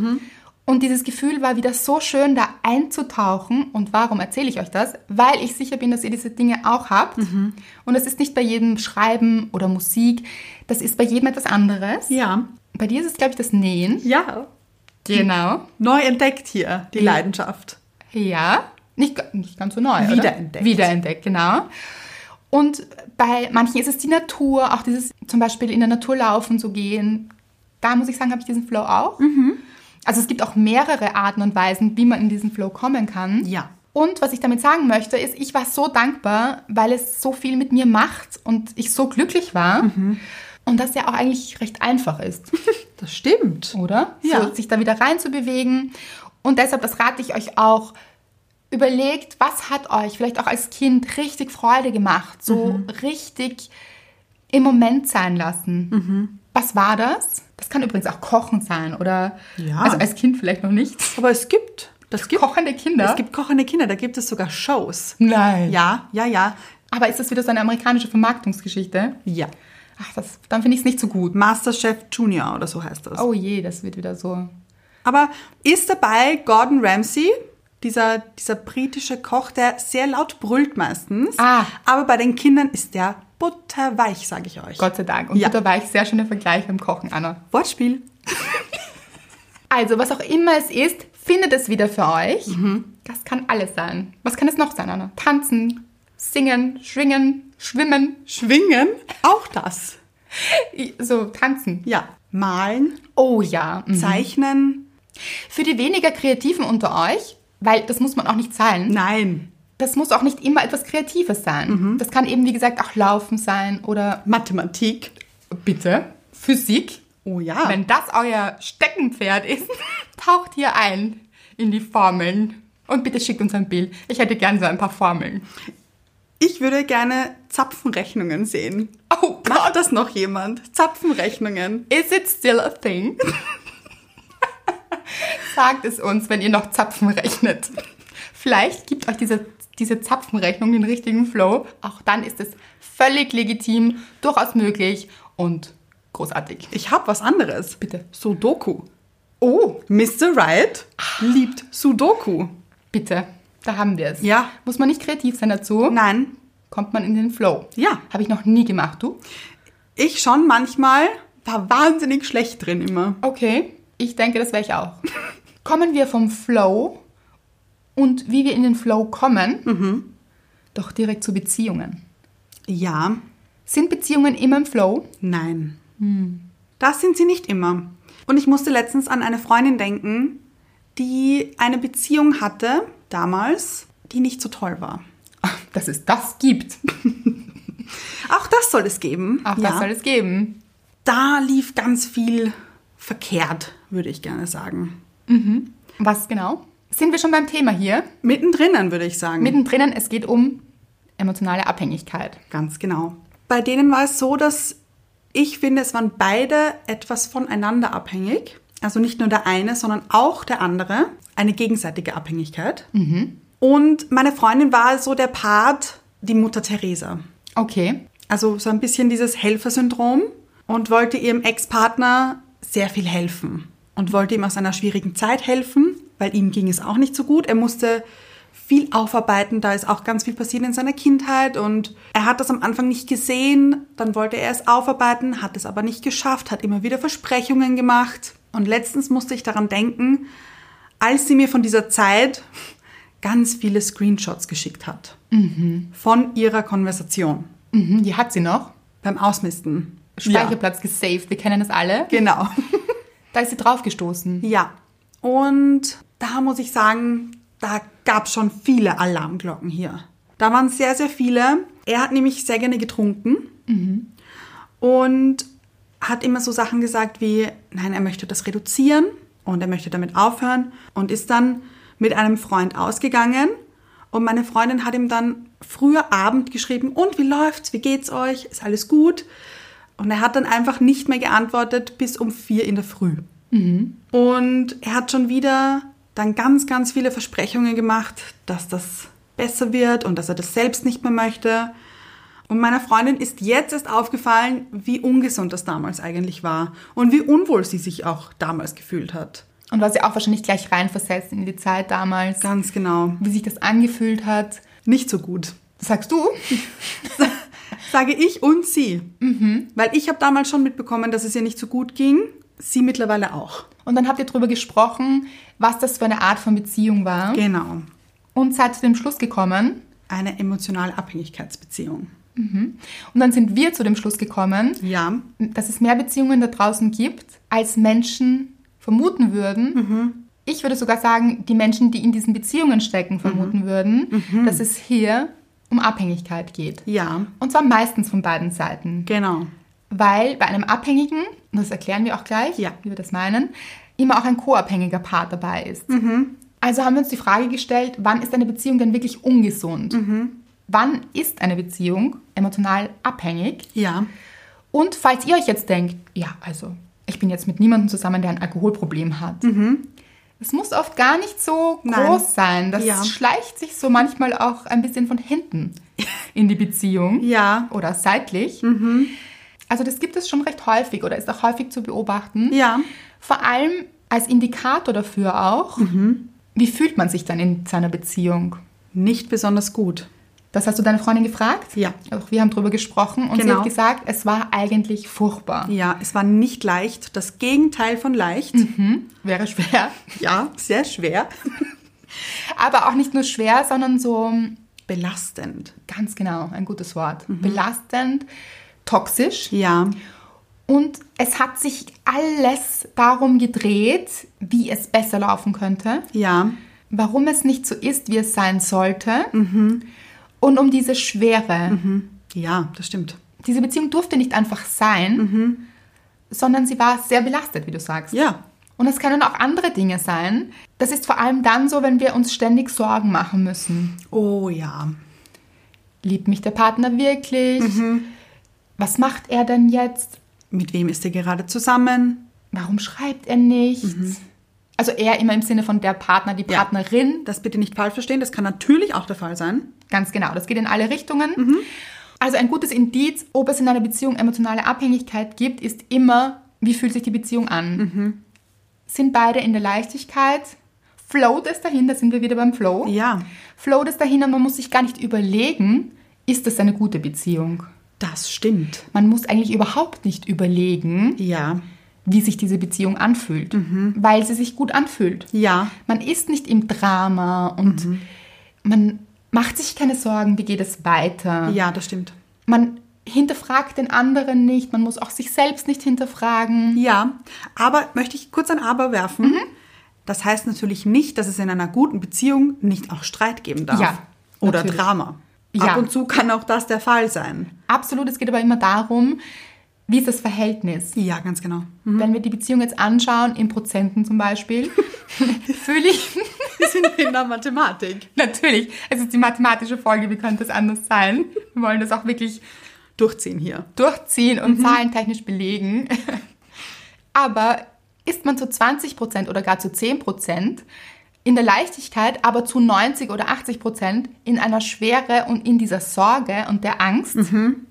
[SPEAKER 2] Und dieses Gefühl war wieder so schön, da einzutauchen. Und warum erzähle ich euch das? Weil ich sicher bin, dass ihr diese Dinge auch habt. Und das ist nicht bei jedem Schreiben oder Musik. Das ist bei jedem etwas anderes.
[SPEAKER 1] Ja.
[SPEAKER 2] Bei dir ist es, glaube ich, das Nähen.
[SPEAKER 1] Ja.
[SPEAKER 2] Genau.
[SPEAKER 1] Neu entdeckt hier die
[SPEAKER 2] Ja.
[SPEAKER 1] Leidenschaft.
[SPEAKER 2] Ja, nicht, ga- nicht ganz so neu.
[SPEAKER 1] Wiederentdeckt.
[SPEAKER 2] Oder? Wiederentdeckt, genau. Und bei manchen ist es die Natur, auch dieses zum Beispiel in der Natur laufen zu gehen. Da muss ich sagen, habe ich diesen Flow
[SPEAKER 1] Mhm.
[SPEAKER 2] auch. Also es gibt auch mehrere Arten und Weisen, wie man in diesen Flow kommen kann.
[SPEAKER 1] Ja.
[SPEAKER 2] Und was ich damit sagen möchte, ist, ich war so dankbar, weil es so viel mit mir macht und ich so glücklich war.
[SPEAKER 1] Mhm.
[SPEAKER 2] Und das ja auch eigentlich recht einfach ist,
[SPEAKER 1] Das stimmt.
[SPEAKER 2] oder?
[SPEAKER 1] Ja.
[SPEAKER 2] So, sich da wieder reinzubewegen. Und deshalb, das rate ich euch auch, überlegt, was hat euch vielleicht auch als Kind richtig Freude gemacht, so
[SPEAKER 1] Mhm.
[SPEAKER 2] richtig im Moment sein lassen.
[SPEAKER 1] Mhm.
[SPEAKER 2] Was war das? Das kann übrigens auch Kochen sein oder
[SPEAKER 1] Ja.
[SPEAKER 2] also als Kind vielleicht noch nicht.
[SPEAKER 1] Aber es gibt, das gibt,
[SPEAKER 2] Kochende Kinder.
[SPEAKER 1] es gibt kochende Kinder, da gibt es sogar Shows.
[SPEAKER 2] Nein. Ja.
[SPEAKER 1] Ja, ja, ja,
[SPEAKER 2] Aber ist das wieder so eine amerikanische Vermarktungsgeschichte?
[SPEAKER 1] ja.
[SPEAKER 2] Ach, das, dann finde ich es nicht so gut.
[SPEAKER 1] Masterchef Junior oder so heißt das.
[SPEAKER 2] Oh je, das wird wieder so.
[SPEAKER 1] Aber ist dabei Gordon Ramsay, dieser, dieser britische Koch, der sehr laut brüllt meistens.
[SPEAKER 2] Ah.
[SPEAKER 1] Aber bei den Kindern ist der butterweich, sage ich euch.
[SPEAKER 2] Gott sei Dank. Und
[SPEAKER 1] Ja.
[SPEAKER 2] da war ich sehr schöner Vergleich beim Kochen, Anna.
[SPEAKER 1] Wortspiel.
[SPEAKER 2] Also, was auch immer es ist, findet es wieder für euch. Das kann alles sein. Was kann es noch sein, Anna? Tanzen, singen, schwingen, schwimmen.
[SPEAKER 1] Schwingen, auch das.
[SPEAKER 2] I- So, tanzen.
[SPEAKER 1] Ja. Malen,
[SPEAKER 2] Oh ja. Mhm.
[SPEAKER 1] zeichnen.
[SPEAKER 2] Für die weniger Kreativen unter euch, weil das muss man auch nicht sein.
[SPEAKER 1] Nein.
[SPEAKER 2] das muss auch nicht immer etwas Kreatives sein. Das kann eben, wie gesagt, auch Laufen sein oder
[SPEAKER 1] Mathematik.
[SPEAKER 2] bitte Physik.
[SPEAKER 1] Oh ja.
[SPEAKER 2] Wenn das euer Steckenpferd ist, *laughs* taucht hier ein in die Formeln. Und bitte schickt uns ein Bild. Ich hätte gern so ein paar Formeln.
[SPEAKER 1] Ich würde gerne Zapfenrechnungen sehen.
[SPEAKER 2] Oh Gott,
[SPEAKER 1] Macht das noch jemand? Zapfenrechnungen.
[SPEAKER 2] is it still a thing? *laughs* Sagt es uns, wenn ihr noch Zapfen rechnet. Vielleicht gibt euch diese, diese Zapfenrechnung den richtigen Flow. Auch dann ist es völlig legitim, durchaus möglich und großartig.
[SPEAKER 1] Ich habe was anderes.
[SPEAKER 2] Bitte.
[SPEAKER 1] Sudoku.
[SPEAKER 2] Oh,
[SPEAKER 1] Mr. Riot liebt Sudoku.
[SPEAKER 2] bitte. Da haben wir es.
[SPEAKER 1] Ja.
[SPEAKER 2] Muss man nicht kreativ sein dazu?
[SPEAKER 1] Nein,
[SPEAKER 2] Kommt man in den Flow.
[SPEAKER 1] Ja.
[SPEAKER 2] Habe ich noch nie gemacht, du?
[SPEAKER 1] Ich schon manchmal, war wahnsinnig schlecht drin immer.
[SPEAKER 2] Okay. Ich denke, das wäre
[SPEAKER 1] *laughs*
[SPEAKER 2] ich auch. kommen wir vom Flow und wie wir in den Flow kommen,
[SPEAKER 1] Mhm.
[SPEAKER 2] doch direkt zu Beziehungen.
[SPEAKER 1] Ja,
[SPEAKER 2] Sind Beziehungen immer im Flow? *laughs*
[SPEAKER 1] nein. Das sind sie nicht immer. Und ich musste letztens an eine Freundin denken, die eine Beziehung hatte, damals, die nicht so toll war.
[SPEAKER 2] Dass es das gibt.
[SPEAKER 1] Auch das soll es geben.
[SPEAKER 2] Auch
[SPEAKER 1] ja.
[SPEAKER 2] das soll es geben.
[SPEAKER 1] Da lief ganz viel verkehrt, würde ich gerne sagen.
[SPEAKER 2] Was genau? Sind wir schon beim Thema hier?
[SPEAKER 1] Mittendrin, würde ich sagen.
[SPEAKER 2] Mittendrin, es geht um emotionale Abhängigkeit.
[SPEAKER 1] Ganz genau. Bei denen war es so, dass ich finde, es waren beide etwas voneinander abhängig. Also nicht nur der eine, sondern auch der andere. Eine gegenseitige Abhängigkeit.
[SPEAKER 2] Mhm.
[SPEAKER 1] Und meine Freundin war so der Part, die Mutter Teresa.
[SPEAKER 2] Okay.
[SPEAKER 1] Also so ein bisschen dieses Helfersyndrom und wollte ihrem Ex-Partner sehr viel helfen und wollte ihm aus einer schwierigen Zeit helfen, weil ihm ging es auch nicht so gut. Er musste viel aufarbeiten, da ist auch ganz viel passiert in seiner Kindheit und er hat das am Anfang nicht gesehen, dann wollte er es aufarbeiten, hat es aber nicht geschafft, hat immer wieder Versprechungen gemacht und letztens musste ich daran denken, als sie mir von dieser Zeit ganz viele Screenshots geschickt hat von ihrer Konversation.
[SPEAKER 2] Mhm, die hat sie noch.
[SPEAKER 1] Beim Ausmisten.
[SPEAKER 2] Speicherplatz gesaved, wir kennen das alle.
[SPEAKER 1] Ja, genau.
[SPEAKER 2] Da ist sie draufgestoßen.
[SPEAKER 1] ja. Und da muss ich sagen, da gab es schon viele Alarmglocken hier. Da waren sehr, sehr viele. Er hat nämlich sehr gerne getrunken und hat immer so Sachen gesagt wie, nein, er möchte das reduzieren und er möchte damit aufhören und ist dann mit einem Freund ausgegangen und meine Freundin hat ihm dann früher Abend geschrieben, und wie läuft's, wie geht's euch, ist alles gut? Und er hat dann einfach nicht mehr geantwortet bis um vier in der Früh. Und er hat schon wieder dann ganz, ganz viele Versprechungen gemacht, dass das besser wird und dass er das selbst nicht mehr möchte. Und meiner Freundin ist jetzt erst aufgefallen, wie ungesund das damals eigentlich war und wie unwohl sie sich auch damals gefühlt hat.
[SPEAKER 2] Und war sie auch wahrscheinlich gleich reinversetzt in die Zeit damals,
[SPEAKER 1] Ganz genau.
[SPEAKER 2] wie sich das angefühlt hat.
[SPEAKER 1] Nicht so gut.
[SPEAKER 2] Sagst du?
[SPEAKER 1] Sage ich und sie. Weil ich habe damals schon mitbekommen, dass es ihr nicht so gut ging. Sie mittlerweile auch.
[SPEAKER 2] Und dann habt ihr darüber gesprochen, was das für eine Art von Beziehung war.
[SPEAKER 1] Genau.
[SPEAKER 2] Und seid zu dem Schluss gekommen.
[SPEAKER 1] Eine emotionale Abhängigkeitsbeziehung.
[SPEAKER 2] Und dann sind wir zu dem Schluss gekommen,
[SPEAKER 1] Ja,
[SPEAKER 2] dass es mehr Beziehungen da draußen gibt, als Menschen vermuten würden. ich würde sogar sagen, die Menschen, die in diesen Beziehungen stecken, vermuten würden, dass es hier um Abhängigkeit geht.
[SPEAKER 1] Ja,
[SPEAKER 2] Und zwar meistens von beiden Seiten.
[SPEAKER 1] genau.
[SPEAKER 2] Weil bei einem Abhängigen, und das erklären wir auch gleich,
[SPEAKER 1] Ja.
[SPEAKER 2] wie wir das meinen, immer auch ein co-abhängiger Part dabei ist.
[SPEAKER 1] Mhm.
[SPEAKER 2] Also haben wir uns die Frage gestellt, wann ist eine Beziehung denn wirklich ungesund?
[SPEAKER 1] Mhm.
[SPEAKER 2] Wann ist eine Beziehung emotional abhängig?
[SPEAKER 1] Ja,
[SPEAKER 2] Und falls ihr euch jetzt denkt, ja, also ich bin jetzt mit niemandem zusammen, der ein Alkoholproblem hat. Es muss oft gar nicht so
[SPEAKER 1] Mhm. Nein.
[SPEAKER 2] groß sein. Das
[SPEAKER 1] Ja.
[SPEAKER 2] schleicht sich so manchmal auch ein bisschen
[SPEAKER 1] *laughs*
[SPEAKER 2] von hinten in die Beziehung
[SPEAKER 1] Ja.
[SPEAKER 2] oder seitlich.
[SPEAKER 1] Mhm.
[SPEAKER 2] Also das gibt es schon recht häufig oder ist auch häufig zu beobachten.
[SPEAKER 1] Ja.
[SPEAKER 2] Vor allem als Indikator dafür auch,
[SPEAKER 1] Mhm.
[SPEAKER 2] wie fühlt man sich dann in seiner Beziehung?
[SPEAKER 1] nicht besonders gut.
[SPEAKER 2] Das hast du deine Freundin gefragt?
[SPEAKER 1] Ja.
[SPEAKER 2] Auch wir haben drüber gesprochen und sie
[SPEAKER 1] Genau.
[SPEAKER 2] hat gesagt, es war eigentlich furchtbar.
[SPEAKER 1] Ja, es war nicht leicht. Das Gegenteil von leicht.
[SPEAKER 2] Wäre schwer. *laughs*
[SPEAKER 1] Ja, sehr schwer.
[SPEAKER 2] Aber auch nicht nur schwer, sondern so hm,
[SPEAKER 1] Belastend.
[SPEAKER 2] ganz genau, ein gutes Wort.
[SPEAKER 1] Mhm.
[SPEAKER 2] Belastend, toxisch.
[SPEAKER 1] Ja,
[SPEAKER 2] Und es hat sich alles darum gedreht, wie es besser laufen könnte,
[SPEAKER 1] ja,
[SPEAKER 2] warum es nicht so ist, wie es sein sollte. Und um diese Schwere.
[SPEAKER 1] ja, das stimmt.
[SPEAKER 2] Diese Beziehung durfte nicht einfach sein, sondern sie war sehr belastet, wie du sagst.
[SPEAKER 1] Ja,
[SPEAKER 2] Und es können auch andere Dinge sein. Das ist vor allem dann so, wenn wir uns ständig Sorgen machen müssen.
[SPEAKER 1] oh ja.
[SPEAKER 2] Liebt mich der Partner wirklich? Was macht er denn jetzt?
[SPEAKER 1] Mit wem ist er gerade zusammen?
[SPEAKER 2] Warum schreibt er nicht? Also er immer im Sinne von der Partner, die
[SPEAKER 1] Ja.
[SPEAKER 2] Partnerin.
[SPEAKER 1] Das bitte nicht falsch verstehen, das kann natürlich auch der Fall sein.
[SPEAKER 2] Ganz genau, das geht in alle Richtungen. Also ein gutes Indiz, ob es in einer Beziehung emotionale Abhängigkeit gibt, ist immer, wie fühlt sich die Beziehung an? Sind beide in der Leichtigkeit? Float es dahin, da sind wir wieder beim Flow.
[SPEAKER 1] Ja,
[SPEAKER 2] Float es dahin und man muss sich gar nicht überlegen, ist das eine gute Beziehung?
[SPEAKER 1] das stimmt.
[SPEAKER 2] Man muss eigentlich überhaupt nicht überlegen,
[SPEAKER 1] Ja,
[SPEAKER 2] wie sich diese Beziehung anfühlt, weil sie sich gut anfühlt.
[SPEAKER 1] ja,
[SPEAKER 2] Man ist nicht im Drama und man macht sich keine Sorgen, wie geht es weiter.
[SPEAKER 1] ja, das stimmt.
[SPEAKER 2] Man hinterfragt den anderen nicht, man muss auch sich selbst nicht hinterfragen.
[SPEAKER 1] Ja, aber möchte ich kurz ein Aber werfen. Das heißt natürlich nicht, dass es in einer guten Beziehung nicht auch Streit geben darf.
[SPEAKER 2] Ja,
[SPEAKER 1] Oder
[SPEAKER 2] natürlich.
[SPEAKER 1] Drama.
[SPEAKER 2] Ja.
[SPEAKER 1] Ab und zu kann auch das der Fall sein.
[SPEAKER 2] Absolut, es geht aber immer darum, wie ist das Verhältnis.
[SPEAKER 1] Ja, ganz genau.
[SPEAKER 2] Wenn wir die Beziehung jetzt anschauen, in Prozenten zum Beispiel, fühle ich *laughs*
[SPEAKER 1] Wir sind in der Mathematik.
[SPEAKER 2] natürlich, es ist die mathematische Folge, wie könnte es anders sein? Wir wollen das auch wirklich
[SPEAKER 1] Durchziehen hier.
[SPEAKER 2] durchziehen und zahlentechnisch belegen. *laughs* aber ist man zu 20% oder gar zu 10% in der Leichtigkeit, aber zu 90 oder 80% in einer Schwere und in dieser Sorge und der Angst,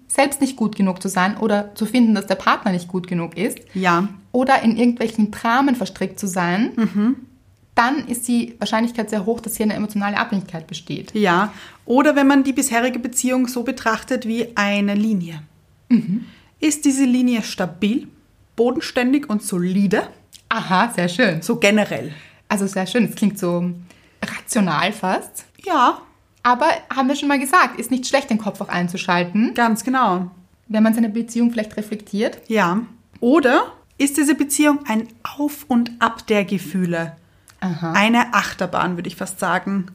[SPEAKER 2] selbst nicht gut genug zu sein oder zu finden, dass der Partner nicht gut genug ist
[SPEAKER 1] Ja,
[SPEAKER 2] oder in irgendwelchen Dramen verstrickt zu sein, dann ist die Wahrscheinlichkeit sehr hoch, dass hier eine emotionale Abhängigkeit besteht.
[SPEAKER 1] ja. Oder wenn man die bisherige Beziehung so betrachtet wie eine Linie. Ist diese Linie stabil, bodenständig und solide?
[SPEAKER 2] Aha, sehr schön.
[SPEAKER 1] So generell.
[SPEAKER 2] Also sehr schön, es klingt so rational fast.
[SPEAKER 1] Ja,
[SPEAKER 2] Aber haben wir schon mal gesagt, ist nicht schlecht, den Kopf auch einzuschalten,
[SPEAKER 1] ganz genau.
[SPEAKER 2] wenn man seine Beziehung vielleicht reflektiert.
[SPEAKER 1] Ja. Oder ist diese Beziehung ein Auf und Ab der Gefühle?
[SPEAKER 2] Aha.
[SPEAKER 1] Eine Achterbahn, würde ich fast sagen.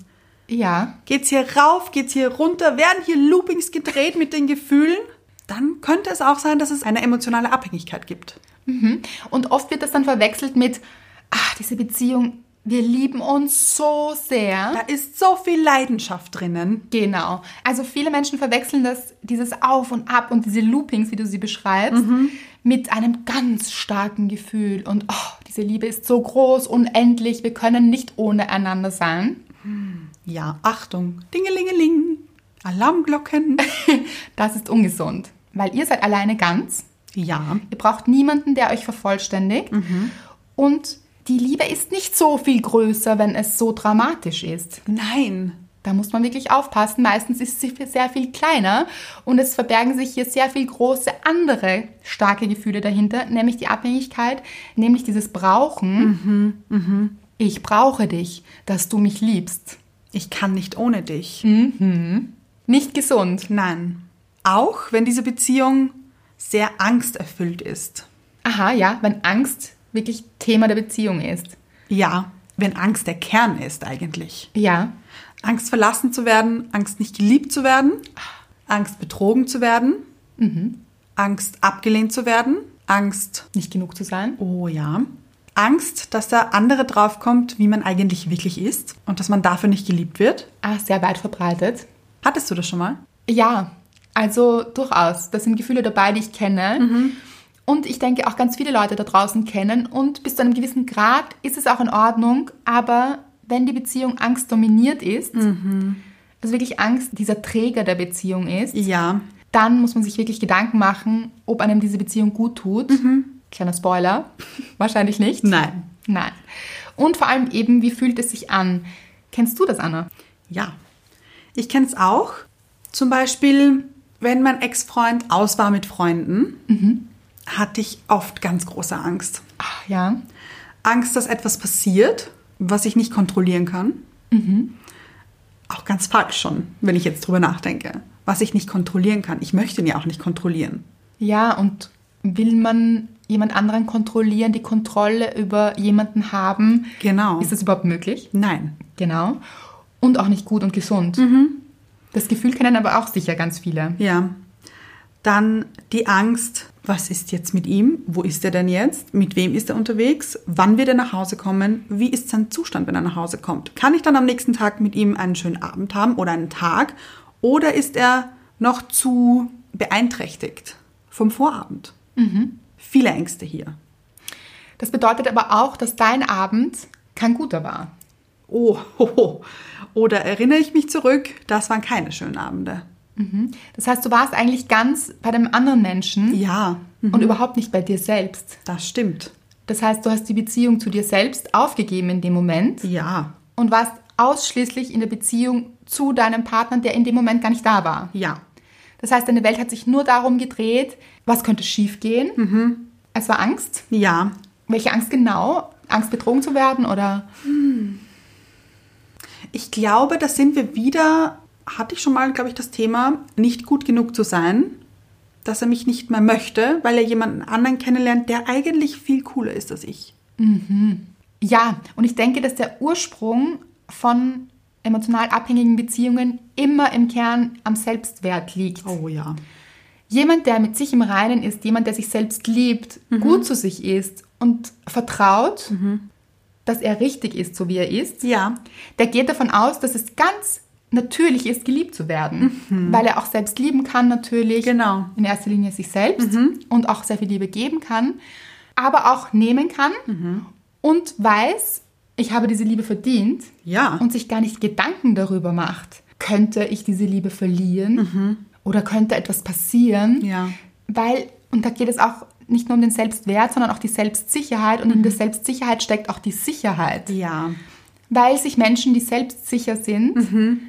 [SPEAKER 2] Ja,
[SPEAKER 1] Geht's hier rauf, geht's hier runter, werden hier Loopings gedreht mit den Gefühlen? Dann könnte es auch sein, dass es eine emotionale Abhängigkeit gibt.
[SPEAKER 2] und oft wird das dann verwechselt mit, ach, diese Beziehung, wir lieben uns so sehr.
[SPEAKER 1] Da ist so viel Leidenschaft drinnen.
[SPEAKER 2] Genau. Also viele Menschen verwechseln das, dieses Auf und Ab und diese Loopings, wie du sie beschreibst, mit einem ganz starken Gefühl und oh, diese Liebe ist so groß, unendlich, wir können nicht ohne einander sein. *laughs*
[SPEAKER 1] Ja, Achtung, Dingelingeling, Alarmglocken.
[SPEAKER 2] Das ist ungesund, weil ihr seid alleine ganz.
[SPEAKER 1] Ja,
[SPEAKER 2] Ihr braucht niemanden, der euch vervollständigt. Und die Liebe ist nicht so viel größer, wenn es so dramatisch ist.
[SPEAKER 1] nein.
[SPEAKER 2] Da muss man wirklich aufpassen. Meistens ist sie sehr viel kleiner und es verbergen sich hier sehr viel große andere starke Gefühle dahinter, nämlich die Abhängigkeit, nämlich dieses Brauchen. Ich brauche dich, dass du mich liebst.
[SPEAKER 1] Ich kann nicht ohne dich.
[SPEAKER 2] Nicht gesund.
[SPEAKER 1] Nein. Auch wenn diese Beziehung sehr angsterfüllt ist.
[SPEAKER 2] Aha, ja, wenn Angst wirklich Thema der Beziehung ist.
[SPEAKER 1] Ja, wenn Angst der Kern ist eigentlich.
[SPEAKER 2] Ja.
[SPEAKER 1] Angst verlassen zu werden, Angst nicht geliebt zu werden, Angst betrogen zu werden, Angst abgelehnt zu werden, Angst,
[SPEAKER 2] Nicht genug zu sein.
[SPEAKER 1] oh ja, Angst, dass der andere draufkommt, wie man eigentlich wirklich ist und dass man dafür nicht geliebt wird.
[SPEAKER 2] Ah, sehr weit verbreitet.
[SPEAKER 1] Hattest du das schon mal?
[SPEAKER 2] Ja, also durchaus. Das sind Gefühle dabei, die ich kenne. Und ich denke, auch ganz viele Leute da draußen kennen. Und bis zu einem gewissen Grad ist es auch in Ordnung. Aber wenn die Beziehung angstdominiert ist, also wirklich Angst dieser Träger der Beziehung ist,
[SPEAKER 1] Ja.
[SPEAKER 2] dann muss man sich wirklich Gedanken machen, ob einem diese Beziehung gut tut. Kleiner Spoiler. *laughs* Wahrscheinlich nicht.
[SPEAKER 1] Nein.
[SPEAKER 2] Nein. Und vor allem eben, wie fühlt es sich an? Kennst du das, Anna?
[SPEAKER 1] Ja. Ich kenne es auch. Zum Beispiel, wenn mein Ex-Freund aus war mit Freunden, hatte ich oft ganz große Angst.
[SPEAKER 2] Ach, ja.
[SPEAKER 1] Angst, dass etwas passiert, was ich nicht kontrollieren kann. Auch ganz falsch schon, wenn ich jetzt drüber nachdenke. Was ich nicht kontrollieren kann. Ich möchte ihn ja auch nicht kontrollieren.
[SPEAKER 2] Ja, und will man jemand anderen kontrollieren, die Kontrolle über jemanden haben?
[SPEAKER 1] Genau.
[SPEAKER 2] Ist das überhaupt möglich?
[SPEAKER 1] Nein.
[SPEAKER 2] Genau. Und auch nicht gut und gesund.
[SPEAKER 1] Mhm.
[SPEAKER 2] Das Gefühl kennen aber auch sicher ganz viele.
[SPEAKER 1] Ja. Dann die Angst, was ist jetzt mit ihm? Wo ist er denn jetzt? Mit wem ist er unterwegs? Wann wird er nach Hause kommen? Wie ist sein Zustand, wenn er nach Hause kommt? Kann ich dann am nächsten Tag mit ihm einen schönen Abend haben oder einen Tag? Oder ist er noch zu beeinträchtigt vom Vorabend? Viele Ängste hier.
[SPEAKER 2] Das bedeutet aber auch, dass dein Abend kein guter war.
[SPEAKER 1] Oh, *laughs* ho, ho. Oder erinnere ich mich zurück, das waren keine schönen Abende.
[SPEAKER 2] Das heißt, du warst eigentlich ganz bei dem anderen Menschen
[SPEAKER 1] Ja, Mhm.
[SPEAKER 2] und überhaupt nicht bei dir selbst.
[SPEAKER 1] das stimmt.
[SPEAKER 2] Das heißt, du hast die Beziehung zu dir selbst aufgegeben in dem Moment
[SPEAKER 1] Ja,
[SPEAKER 2] und warst ausschließlich in der Beziehung zu deinem Partner, der in dem Moment gar nicht da war.
[SPEAKER 1] ja,
[SPEAKER 2] Das heißt, deine Welt hat sich nur darum gedreht, was könnte schiefgehen. Es war Angst.
[SPEAKER 1] ja.
[SPEAKER 2] Welche Angst genau? Angst, betrogen zu werden oder?
[SPEAKER 1] Ich glaube, da sind wir wieder, hatte ich schon mal, glaube ich, das Thema, nicht gut genug zu sein, dass er mich nicht mehr möchte, weil er jemanden anderen kennenlernt, der eigentlich viel cooler ist als ich.
[SPEAKER 2] Ja, und ich denke, dass der Ursprung von emotional abhängigen Beziehungen immer im Kern am Selbstwert liegt.
[SPEAKER 1] Oh ja.
[SPEAKER 2] Jemand, der mit sich im Reinen ist, jemand, der sich selbst liebt, gut zu sich ist und vertraut, dass er richtig ist, so wie er ist,
[SPEAKER 1] Ja,
[SPEAKER 2] der geht davon aus, dass es ganz natürlich ist, geliebt zu werden, weil er auch selbst lieben kann natürlich.
[SPEAKER 1] Mhm. Genau. Mhm.
[SPEAKER 2] In erster Linie sich selbst und auch sehr viel Liebe geben kann, aber auch nehmen kann
[SPEAKER 1] Mhm.
[SPEAKER 2] und weiß, ich habe diese Liebe verdient
[SPEAKER 1] Ja.
[SPEAKER 2] und sich gar nicht Gedanken darüber macht, könnte ich diese Liebe verlieren oder könnte etwas passieren,
[SPEAKER 1] Mhm. Ja.
[SPEAKER 2] weil, und da geht es auch nicht nur um den Selbstwert, sondern auch die Selbstsicherheit
[SPEAKER 1] Mhm.
[SPEAKER 2] und in der Selbstsicherheit steckt auch die Sicherheit
[SPEAKER 1] ja,
[SPEAKER 2] weil sich Menschen, die selbstsicher sind,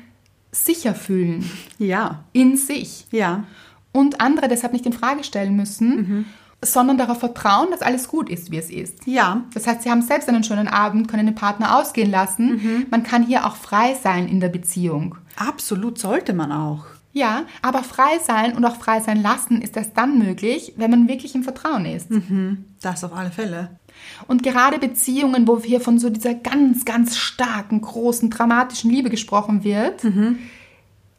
[SPEAKER 2] sicher fühlen
[SPEAKER 1] ja,
[SPEAKER 2] in sich
[SPEAKER 1] ja,
[SPEAKER 2] und andere deshalb nicht in Frage stellen müssen, sondern darauf vertrauen, dass alles gut ist, wie es ist.
[SPEAKER 1] ja,
[SPEAKER 2] Das heißt, sie haben selbst einen schönen Abend, können den Partner ausgehen lassen. Man kann hier auch frei sein in der Beziehung.
[SPEAKER 1] absolut sollte man auch.
[SPEAKER 2] Ja, aber frei sein und auch frei sein lassen ist erst dann möglich, wenn man wirklich im Vertrauen ist.
[SPEAKER 1] Das auf alle Fälle.
[SPEAKER 2] Und gerade Beziehungen, wo hier von so dieser ganz, ganz starken, großen, dramatischen Liebe gesprochen wird,
[SPEAKER 1] Mhm.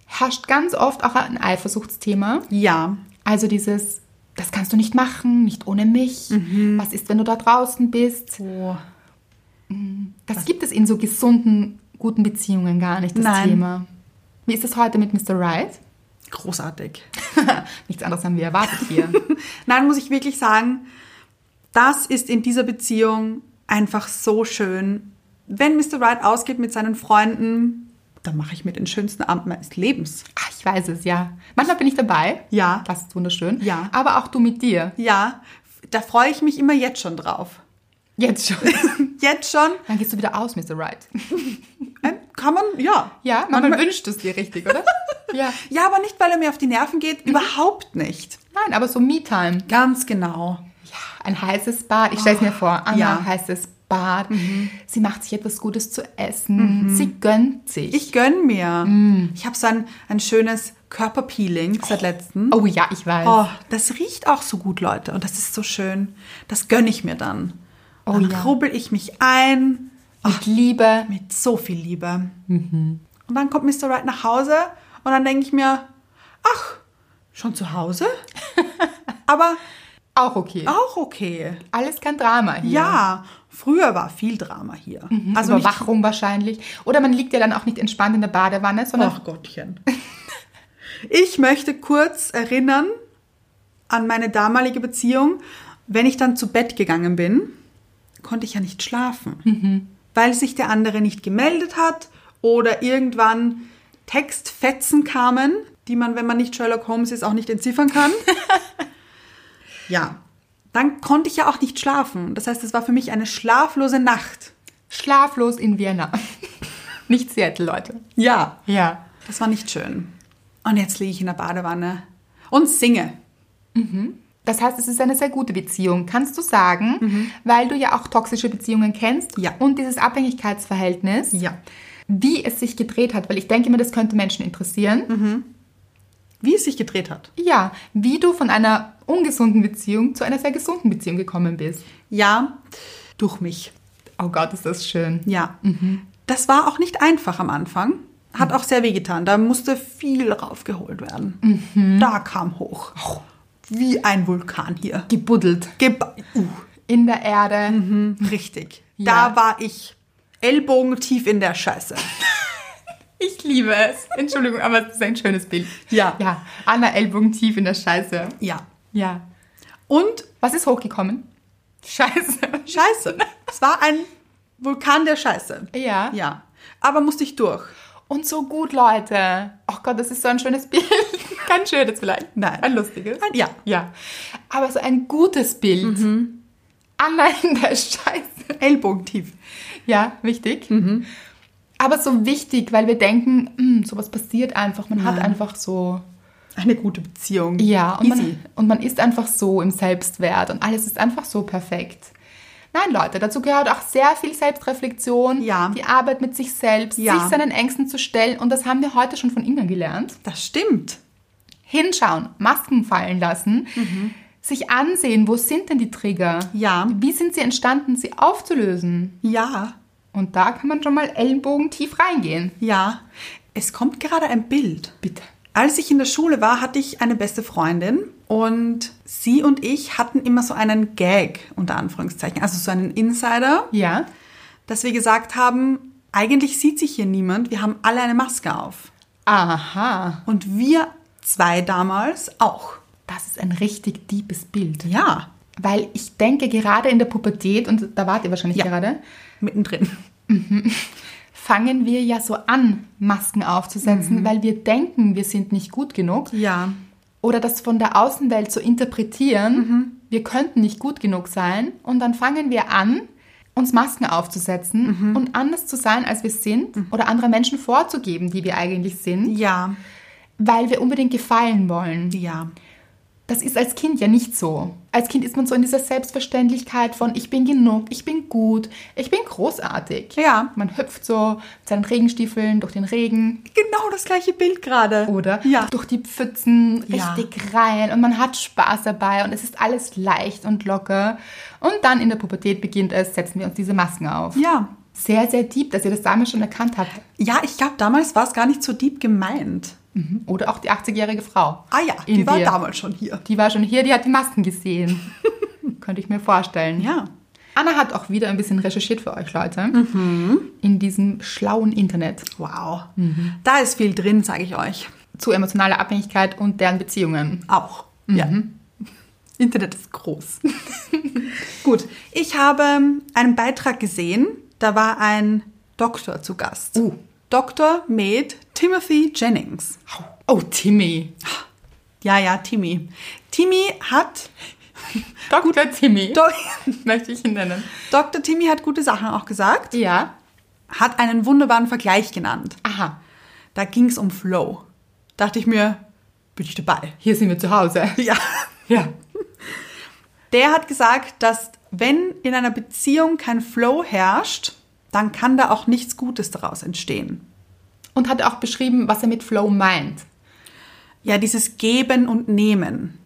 [SPEAKER 2] herrscht ganz oft auch ein Eifersuchtsthema.
[SPEAKER 1] Ja,
[SPEAKER 2] Also dieses, das kannst du nicht machen, nicht ohne mich.
[SPEAKER 1] Mhm.
[SPEAKER 2] Was ist, wenn du da draußen bist?
[SPEAKER 1] oh.
[SPEAKER 2] Das, gibt es in so gesunden, guten Beziehungen gar nicht, das
[SPEAKER 1] Nein.
[SPEAKER 2] Thema. Wie ist es heute mit Mr. Right?
[SPEAKER 1] großartig.
[SPEAKER 2] Nichts anderes haben wir erwartet
[SPEAKER 1] *laughs*
[SPEAKER 2] hier.
[SPEAKER 1] Nein, muss ich wirklich sagen, das ist in dieser Beziehung einfach so schön. Wenn Mr. Wright ausgeht mit seinen Freunden, dann mache ich mir den schönsten Abend meines Lebens.
[SPEAKER 2] ah, ich weiß es, ja. Manchmal bin ich dabei.
[SPEAKER 1] Ja.
[SPEAKER 2] Das ist wunderschön.
[SPEAKER 1] Ja.
[SPEAKER 2] Aber auch du mit dir.
[SPEAKER 1] Ja, da freue ich mich immer jetzt schon drauf.
[SPEAKER 2] Jetzt schon.
[SPEAKER 1] Jetzt schon?
[SPEAKER 2] *laughs* Dann gehst du wieder aus, Mr. Right.
[SPEAKER 1] Ähm, Kann man, ja.
[SPEAKER 2] Ja, manchmal wünscht es dir richtig,
[SPEAKER 1] *laughs*
[SPEAKER 2] oder? ja.
[SPEAKER 1] Ja, aber nicht, weil er mir auf die Nerven *laughs* geht. Überhaupt nicht.
[SPEAKER 2] Nein, aber so Me-Time.
[SPEAKER 1] Ganz genau.
[SPEAKER 2] Ein heißes Bad. Ich stelle es mir vor. Anna,
[SPEAKER 1] ja. Mhm.
[SPEAKER 2] heißes Bad. Sie macht sich etwas Gutes zu essen. Sie gönnt sich.
[SPEAKER 1] Ich gönne mir. Ich habe so ein, ein schönes Körperpeeling seit letztem.
[SPEAKER 2] oh ja, ich weiß.
[SPEAKER 1] Oh, das riecht auch so gut, Leute. Und das ist so schön. Das gönne ich mir dann.
[SPEAKER 2] Oh
[SPEAKER 1] dann
[SPEAKER 2] ja.
[SPEAKER 1] rubbel ich mich ein
[SPEAKER 2] Mit Liebe.
[SPEAKER 1] Mit so viel Liebe.
[SPEAKER 2] Mhm.
[SPEAKER 1] Und dann kommt Mr. Right nach Hause und dann denke ich mir, ach, schon zu
[SPEAKER 2] *laughs*
[SPEAKER 1] Hause? Aber
[SPEAKER 2] Auch okay.
[SPEAKER 1] auch okay.
[SPEAKER 2] Alles kein Drama hier.
[SPEAKER 1] Oh. Ja, früher war viel Drama hier.
[SPEAKER 2] Mhm.
[SPEAKER 1] Also nicht,
[SPEAKER 2] Überwachung wahrscheinlich. Oder man liegt ja dann auch nicht entspannt in der Badewanne, sondern
[SPEAKER 1] ach Gottchen. Ich möchte kurz erinnern an meine damalige Beziehung. Wenn ich dann zu Bett gegangen bin, konnte ich ja nicht schlafen, weil sich der andere nicht gemeldet hat oder irgendwann Textfetzen kamen, die man, wenn man nicht Sherlock Holmes ist, auch nicht entziffern kann. ja, dann konnte ich ja auch nicht schlafen. Das heißt, es war für mich eine schlaflose Nacht.
[SPEAKER 2] schlaflos in Vienna. *laughs* nicht Seattle, Leute.
[SPEAKER 1] Ja,
[SPEAKER 2] Ja.
[SPEAKER 1] Das war nicht schön. Und jetzt liege ich in der Badewanne und singe.
[SPEAKER 2] Das heißt, es ist eine sehr gute Beziehung, kannst du sagen, weil du ja auch toxische Beziehungen kennst
[SPEAKER 1] Mhm. Ja.
[SPEAKER 2] und dieses Abhängigkeitsverhältnis, wie es sich gedreht hat, weil ich denke mir, das könnte Menschen interessieren.
[SPEAKER 1] Mhm. Wie es sich gedreht hat.
[SPEAKER 2] Ja, wie du von einer ungesunden Beziehung zu einer sehr gesunden Beziehung gekommen bist.
[SPEAKER 1] Ja, durch mich.
[SPEAKER 2] Oh Gott, ist das schön.
[SPEAKER 1] Ja.
[SPEAKER 2] Mhm.
[SPEAKER 1] Das war auch nicht einfach am Anfang. Hat auch sehr wehgetan. Da musste viel raufgeholt werden.
[SPEAKER 2] Mhm.
[SPEAKER 1] Da kam hoch. Wie ein Vulkan hier.
[SPEAKER 2] Gebuddelt
[SPEAKER 1] Geba uh,
[SPEAKER 2] in der Erde.
[SPEAKER 1] Mhm. richtig.
[SPEAKER 2] Ja.
[SPEAKER 1] Da war ich ellbogentief in der Scheiße.
[SPEAKER 2] Ich liebe es. Entschuldigung, aber es ist ein schönes Bild.
[SPEAKER 1] Ja.
[SPEAKER 2] Ja, Anna Ellbogen tief in der Scheiße.
[SPEAKER 1] Ja.
[SPEAKER 2] Ja.
[SPEAKER 1] Und
[SPEAKER 2] Was ist hochgekommen? Scheiße.
[SPEAKER 1] Scheiße. es war ein Vulkan der Scheiße.
[SPEAKER 2] Ja.
[SPEAKER 1] Ja. Aber musste ich durch.
[SPEAKER 2] Und so gut, Leute. Oh Gott, das ist so ein schönes Bild. *laughs* Kein schönes vielleicht.
[SPEAKER 1] Nein.
[SPEAKER 2] Ein lustiges.
[SPEAKER 1] Ein- ja.
[SPEAKER 2] Ja. Aber so ein gutes Bild. Anna in *laughs* der Scheiße.
[SPEAKER 1] Ellbogentief.
[SPEAKER 2] Ja, wichtig. Aber so wichtig, weil wir denken, hm, sowas passiert einfach. Man hat einfach so.
[SPEAKER 1] Eine gute Beziehung.
[SPEAKER 2] Ja, und
[SPEAKER 1] Easy.
[SPEAKER 2] man, und man ist einfach so im Selbstwert und alles ist einfach so perfekt. Nein, Leute, dazu gehört auch sehr viel Selbstreflexion,
[SPEAKER 1] Ja.
[SPEAKER 2] die Arbeit mit sich selbst,
[SPEAKER 1] Ja.
[SPEAKER 2] sich seinen Ängsten zu stellen. Und das haben wir heute schon von Inga gelernt.
[SPEAKER 1] Das stimmt.
[SPEAKER 2] Hinschauen, Masken fallen lassen, sich ansehen, wo sind denn die Trigger?
[SPEAKER 1] Mhm. Ja.
[SPEAKER 2] Wie sind sie entstanden, sie aufzulösen?
[SPEAKER 1] Ja,
[SPEAKER 2] Und da kann man schon mal Ellenbogen tief reingehen.
[SPEAKER 1] ja. Es kommt gerade ein Bild.
[SPEAKER 2] Bitte.
[SPEAKER 1] Als ich in der Schule war, hatte ich eine beste Freundin und sie und ich hatten immer so einen Gag, unter Anführungszeichen, also so einen Insider,
[SPEAKER 2] Ja.
[SPEAKER 1] dass wir gesagt haben, eigentlich sieht sich hier niemand, wir haben alle eine Maske auf.
[SPEAKER 2] Aha.
[SPEAKER 1] Und wir zwei damals auch.
[SPEAKER 2] Das ist ein richtig deepes Bild.
[SPEAKER 1] Ja,
[SPEAKER 2] Weil ich denke, gerade in der Pubertät, und da wart ihr wahrscheinlich
[SPEAKER 1] Ja.
[SPEAKER 2] gerade,
[SPEAKER 1] mittendrin.
[SPEAKER 2] fangen wir ja so an, Masken aufzusetzen, weil wir denken, wir sind nicht gut genug.
[SPEAKER 1] Ja,
[SPEAKER 2] Oder das von der Außenwelt zu interpretieren, wir könnten nicht gut genug sein. Und dann fangen wir an, uns Masken aufzusetzen und anders zu sein, als wir sind, oder andere Menschen vorzugeben, die wir eigentlich sind,
[SPEAKER 1] ja,
[SPEAKER 2] weil wir unbedingt gefallen wollen.
[SPEAKER 1] ja.
[SPEAKER 2] Das ist als Kind ja nicht so. Als Kind ist man so in dieser Selbstverständlichkeit von ich bin genug, ich bin gut, ich bin großartig.
[SPEAKER 1] Ja.
[SPEAKER 2] Man hüpft so mit seinen Regenstiefeln durch den Regen
[SPEAKER 1] Genau das gleiche Bild gerade.
[SPEAKER 2] oder
[SPEAKER 1] Ja.
[SPEAKER 2] durch die Pfützen
[SPEAKER 1] Ja.
[SPEAKER 2] richtig rein und man hat Spaß dabei und es ist alles leicht und locker. Und dann in der Pubertät beginnt es, setzen wir uns diese Masken auf.
[SPEAKER 1] Ja.
[SPEAKER 2] Sehr, sehr deep, dass ihr das damals schon erkannt habt.
[SPEAKER 1] Ja, ich glaube, damals war es gar nicht so deep gemeint.
[SPEAKER 2] Mhm. Oder auch die 80-jährige Frau.
[SPEAKER 1] Ah ja, die
[SPEAKER 2] in
[SPEAKER 1] war
[SPEAKER 2] dir.
[SPEAKER 1] damals schon hier.
[SPEAKER 2] Die war schon hier, die hat die Masken gesehen. *laughs* Könnte ich mir vorstellen.
[SPEAKER 1] Ja.
[SPEAKER 2] Anna hat auch wieder ein bisschen recherchiert für euch, Leute. In diesem schlauen Internet
[SPEAKER 1] Wow.
[SPEAKER 2] Mhm.
[SPEAKER 1] Da ist viel drin, sage ich euch.
[SPEAKER 2] zu emotionaler Abhängigkeit und deren Beziehungen.
[SPEAKER 1] Auch. Ja.
[SPEAKER 2] Mhm.
[SPEAKER 1] Internet ist groß. *laughs* Gut, ich habe ähm, einen Beitrag gesehen. Da war ein Doktor zu Gast.
[SPEAKER 2] Uh.
[SPEAKER 1] Dr. Med Timothy Jennings.
[SPEAKER 2] Oh, Timmy.
[SPEAKER 1] Ja, ja, Timmy. Timmy hat.
[SPEAKER 2] Dr. Timmy.
[SPEAKER 1] Do *laughs*
[SPEAKER 2] *laughs* Möchte ich ihn nennen.
[SPEAKER 1] Dr. Timmy hat gute Sachen auch gesagt.
[SPEAKER 2] Ja.
[SPEAKER 1] Hat einen wunderbaren Vergleich genannt.
[SPEAKER 2] Aha,
[SPEAKER 1] Da ging es um Flow. Dachte ich mir, bin ich dabei. *laughs*
[SPEAKER 2] hier sind wir zu Hause.
[SPEAKER 1] Ja.
[SPEAKER 2] Ja.
[SPEAKER 1] Der hat gesagt, dass wenn in einer Beziehung kein Flow herrscht, dann kann da auch nichts Gutes daraus entstehen.
[SPEAKER 2] Und hat auch beschrieben, was er mit Flow meint.
[SPEAKER 1] Ja, dieses Geben und Nehmen.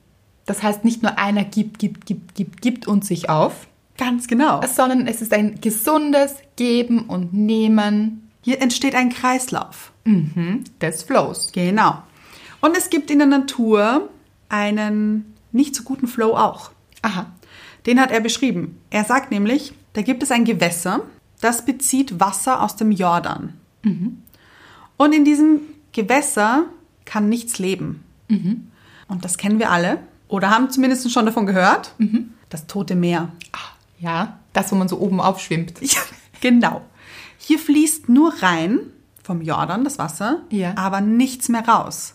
[SPEAKER 2] Das heißt, nicht nur einer gibt, gibt, gibt, gibt, gibt und sich auf,
[SPEAKER 1] Ganz genau.
[SPEAKER 2] sondern es ist ein gesundes Geben und Nehmen
[SPEAKER 1] Hier entsteht ein Kreislauf.
[SPEAKER 2] des Flows.
[SPEAKER 1] Genau. Und es gibt in der Natur einen nicht so guten Flow auch.
[SPEAKER 2] Aha.
[SPEAKER 1] Den hat er beschrieben. Er sagt nämlich, da gibt es ein Gewässer, das bezieht Wasser aus dem Jordan. Und in diesem Gewässer kann nichts leben. Und das kennen wir alle oder haben zumindest schon davon gehört. Das tote Meer. *laughs*
[SPEAKER 2] Ah, Ja, das, wo man so oben aufschwimmt.
[SPEAKER 1] Ja, genau. Hier fließt nur rein vom Jordan das Wasser,
[SPEAKER 2] Ja.
[SPEAKER 1] aber nichts mehr raus.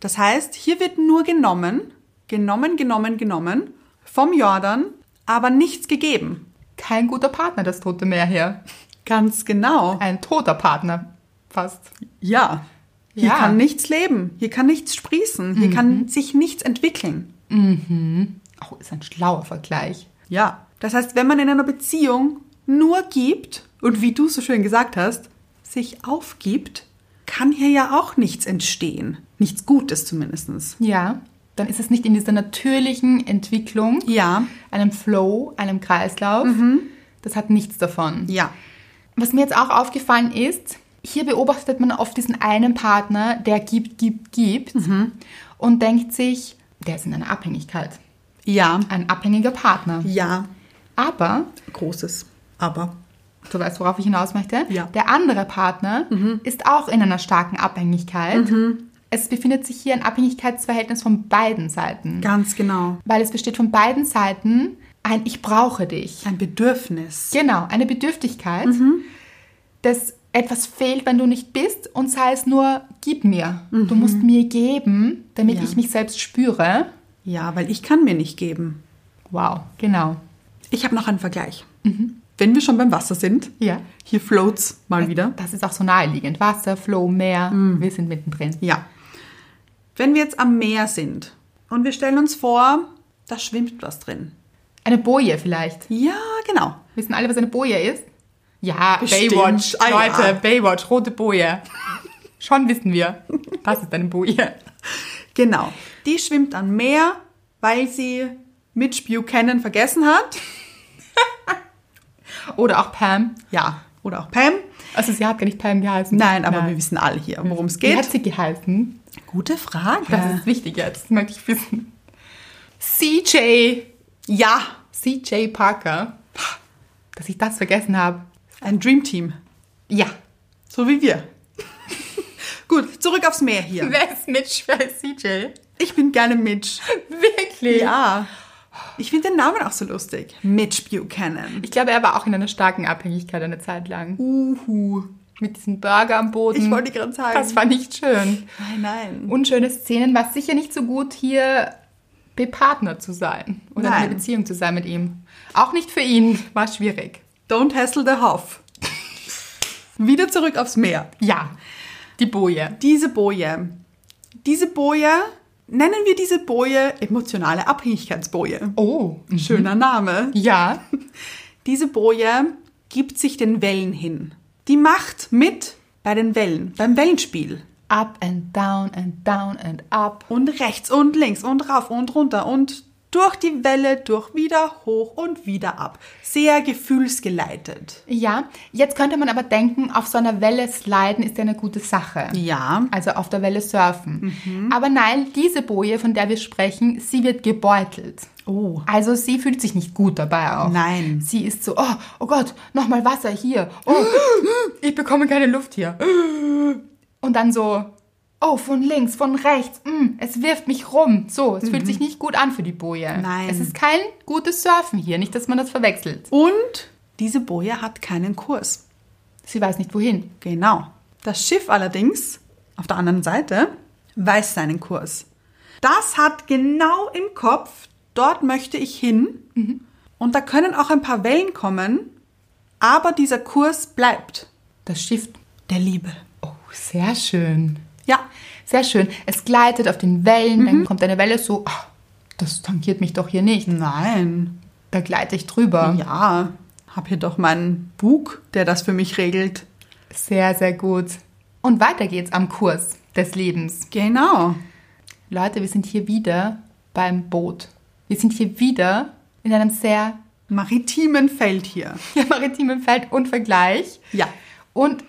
[SPEAKER 1] Das heißt, hier wird nur genommen, genommen, genommen, genommen vom Jordan, aber nichts gegeben.
[SPEAKER 2] Kein guter Partner, das tote Meer hier.
[SPEAKER 1] Ganz genau.
[SPEAKER 2] Ein toter Partner. Fast.
[SPEAKER 1] Ja. Hier
[SPEAKER 2] Ja. Mhm.
[SPEAKER 1] kann nichts leben, hier kann nichts sprießen, hier kann sich nichts entwickeln.
[SPEAKER 2] Oh, ist ein schlauer Vergleich.
[SPEAKER 1] Ja. Das heißt, wenn man in einer Beziehung nur gibt und wie du so schön gesagt hast, sich aufgibt, kann hier ja auch nichts entstehen. Nichts Gutes zumindest.
[SPEAKER 2] Ja. Dann ist es nicht in dieser natürlichen Entwicklung,
[SPEAKER 1] Ja.
[SPEAKER 2] einem Flow, einem Kreislauf. Das hat nichts davon.
[SPEAKER 1] Ja.
[SPEAKER 2] Was mir jetzt auch aufgefallen ist, hier beobachtet man oft diesen einen Partner, der gibt, gibt, gibt und denkt sich, der ist in einer Abhängigkeit.
[SPEAKER 1] Ja.
[SPEAKER 2] Ein abhängiger Partner.
[SPEAKER 1] Ja.
[SPEAKER 2] Aber,
[SPEAKER 1] Großes. Aber.
[SPEAKER 2] du weißt, worauf ich hinaus möchte,
[SPEAKER 1] Ja. Mhm.
[SPEAKER 2] der andere Partner ist auch in einer starken Abhängigkeit. Es befindet sich hier ein Abhängigkeitsverhältnis von beiden Seiten.
[SPEAKER 1] Ganz genau.
[SPEAKER 2] Weil es besteht von beiden Seiten ein Ich brauche dich.
[SPEAKER 1] Ein Bedürfnis.
[SPEAKER 2] Genau, eine Bedürftigkeit,
[SPEAKER 1] Mhm.
[SPEAKER 2] dass etwas fehlt, wenn du nicht bist und sei es nur, gib mir. Du musst mir geben, damit
[SPEAKER 1] Mhm. Ja.
[SPEAKER 2] ich mich selbst spüre.
[SPEAKER 1] Ja, weil ich kann mir nicht geben.
[SPEAKER 2] Wow, genau.
[SPEAKER 1] Ich habe noch einen Vergleich. Wenn wir schon beim Wasser sind,
[SPEAKER 2] Mhm. Ja.
[SPEAKER 1] hier floats mal wieder. Mhm.
[SPEAKER 2] Das ist auch so naheliegend. Wasser, Flow, Meer, wir sind mittendrin.
[SPEAKER 1] Ja. Wenn wir jetzt am Meer sind und wir stellen uns vor, da schwimmt was drin.
[SPEAKER 2] Eine Boje vielleicht.
[SPEAKER 1] Ja, genau.
[SPEAKER 2] Wissen alle, was eine Boje ist? Ja,
[SPEAKER 1] Bestimmt.
[SPEAKER 2] Baywatch.
[SPEAKER 1] Ah, ja.
[SPEAKER 2] Leute, Baywatch, rote Boje. *laughs* Schon wissen wir. Was ist eine Boje?
[SPEAKER 1] Genau. Die schwimmt am Meer, weil sie Mitch Buchanan vergessen hat.
[SPEAKER 2] Oder auch Pam.
[SPEAKER 1] Ja. Oder auch Pam.
[SPEAKER 2] Also sie hat gar nicht Pam geheißen.
[SPEAKER 1] Nein, aber wir wissen alle hier, worum es
[SPEAKER 2] Wie hat
[SPEAKER 1] geht. Äh.
[SPEAKER 2] sie geheißen?
[SPEAKER 1] Gute Frage.
[SPEAKER 2] Das ist wichtig jetzt, das möchte ich wissen. CJ,
[SPEAKER 1] ja,
[SPEAKER 2] CJ Parker, dass ich das vergessen habe.
[SPEAKER 1] ein Dreamteam.
[SPEAKER 2] Ja.
[SPEAKER 1] So wie wir. *laughs* Gut, zurück aufs Meer hier.
[SPEAKER 2] Wer ist Mitch, wer ist CJ?
[SPEAKER 1] Ich bin gerne Mitch.
[SPEAKER 2] Wirklich?
[SPEAKER 1] Ja. Ich finde den Namen auch so lustig. Mitch Buchanan.
[SPEAKER 2] Ich glaube, er war auch in einer starken Abhängigkeit eine Zeit lang.
[SPEAKER 1] Uhu.
[SPEAKER 2] Mit diesem Burger am Boden.
[SPEAKER 1] Ich wollte gerade sagen.
[SPEAKER 2] Das war nicht schön.
[SPEAKER 1] Nein, nein.
[SPEAKER 2] Unschöne Szenen war es sicher nicht so gut, hier bepartnert zu sein oder in einer
[SPEAKER 1] Nein.
[SPEAKER 2] Beziehung zu sein mit ihm. Auch nicht für ihn, war schwierig.
[SPEAKER 1] Don't hassle the Hoff. Wieder zurück aufs Meer.
[SPEAKER 2] Ja, die Boje.
[SPEAKER 1] Diese Boje. Diese Boje, nennen wir diese Boje emotionale Abhängigkeitsboje.
[SPEAKER 2] Oh,
[SPEAKER 1] Schöner Name.
[SPEAKER 2] ja.
[SPEAKER 1] Diese Boje gibt sich den Wellen hin. Die macht mit bei den Wellen, beim Wellenspiel.
[SPEAKER 2] Up and down and down and up.
[SPEAKER 1] Und rechts und links und rauf und runter und durch die Welle, durch wieder hoch und wieder ab. Sehr gefühlsgeleitet.
[SPEAKER 2] Ja, jetzt könnte man aber denken, auf so einer Welle sliden ist ja eine gute Sache.
[SPEAKER 1] Ja.
[SPEAKER 2] Also auf der Welle surfen. Aber nein, diese Boje, von der wir sprechen, sie wird gebeutelt.
[SPEAKER 1] Oh.
[SPEAKER 2] Also sie fühlt sich nicht gut dabei auch.
[SPEAKER 1] Nein.
[SPEAKER 2] Sie ist so, oh, oh Gott, nochmal Wasser hier. Oh,
[SPEAKER 1] *gasps*
[SPEAKER 2] ich bekomme keine Luft hier. Und dann so, oh, von links, von rechts. mm, es wirft mich rum. So, es fühlt sich nicht gut an für die Boje.
[SPEAKER 1] Mhm. Nein.
[SPEAKER 2] Es ist kein gutes Surfen hier. Nicht, dass man das verwechselt.
[SPEAKER 1] Und diese Boje hat keinen Kurs.
[SPEAKER 2] Sie weiß nicht wohin.
[SPEAKER 1] Genau. Das Schiff allerdings, auf der anderen Seite, weiß seinen Kurs. Das hat genau im Kopf, dort möchte ich hin. Und da können auch ein paar Wellen kommen, aber dieser Kurs bleibt
[SPEAKER 2] Das Schiff.
[SPEAKER 1] der Liebe.
[SPEAKER 2] Oh, sehr schön.
[SPEAKER 1] Ja,
[SPEAKER 2] Sehr schön. Es gleitet auf den Wellen.
[SPEAKER 1] Mhm.
[SPEAKER 2] Dann kommt eine Welle so, ah, das tankiert mich doch hier nicht.
[SPEAKER 1] nein.
[SPEAKER 2] Da gleite ich drüber.
[SPEAKER 1] Mhm. Ja, hab hier doch meinen Bug, der das für mich regelt.
[SPEAKER 2] Sehr, sehr gut. Und weiter geht's am Kurs des Lebens.
[SPEAKER 1] Genau.
[SPEAKER 2] Leute, wir sind hier wieder beim Boot. Wir sind hier wieder in einem sehr *laughs*
[SPEAKER 1] maritimen Feld hier.
[SPEAKER 2] ja, maritimen Feld und Vergleich.
[SPEAKER 1] Ja.
[SPEAKER 2] Und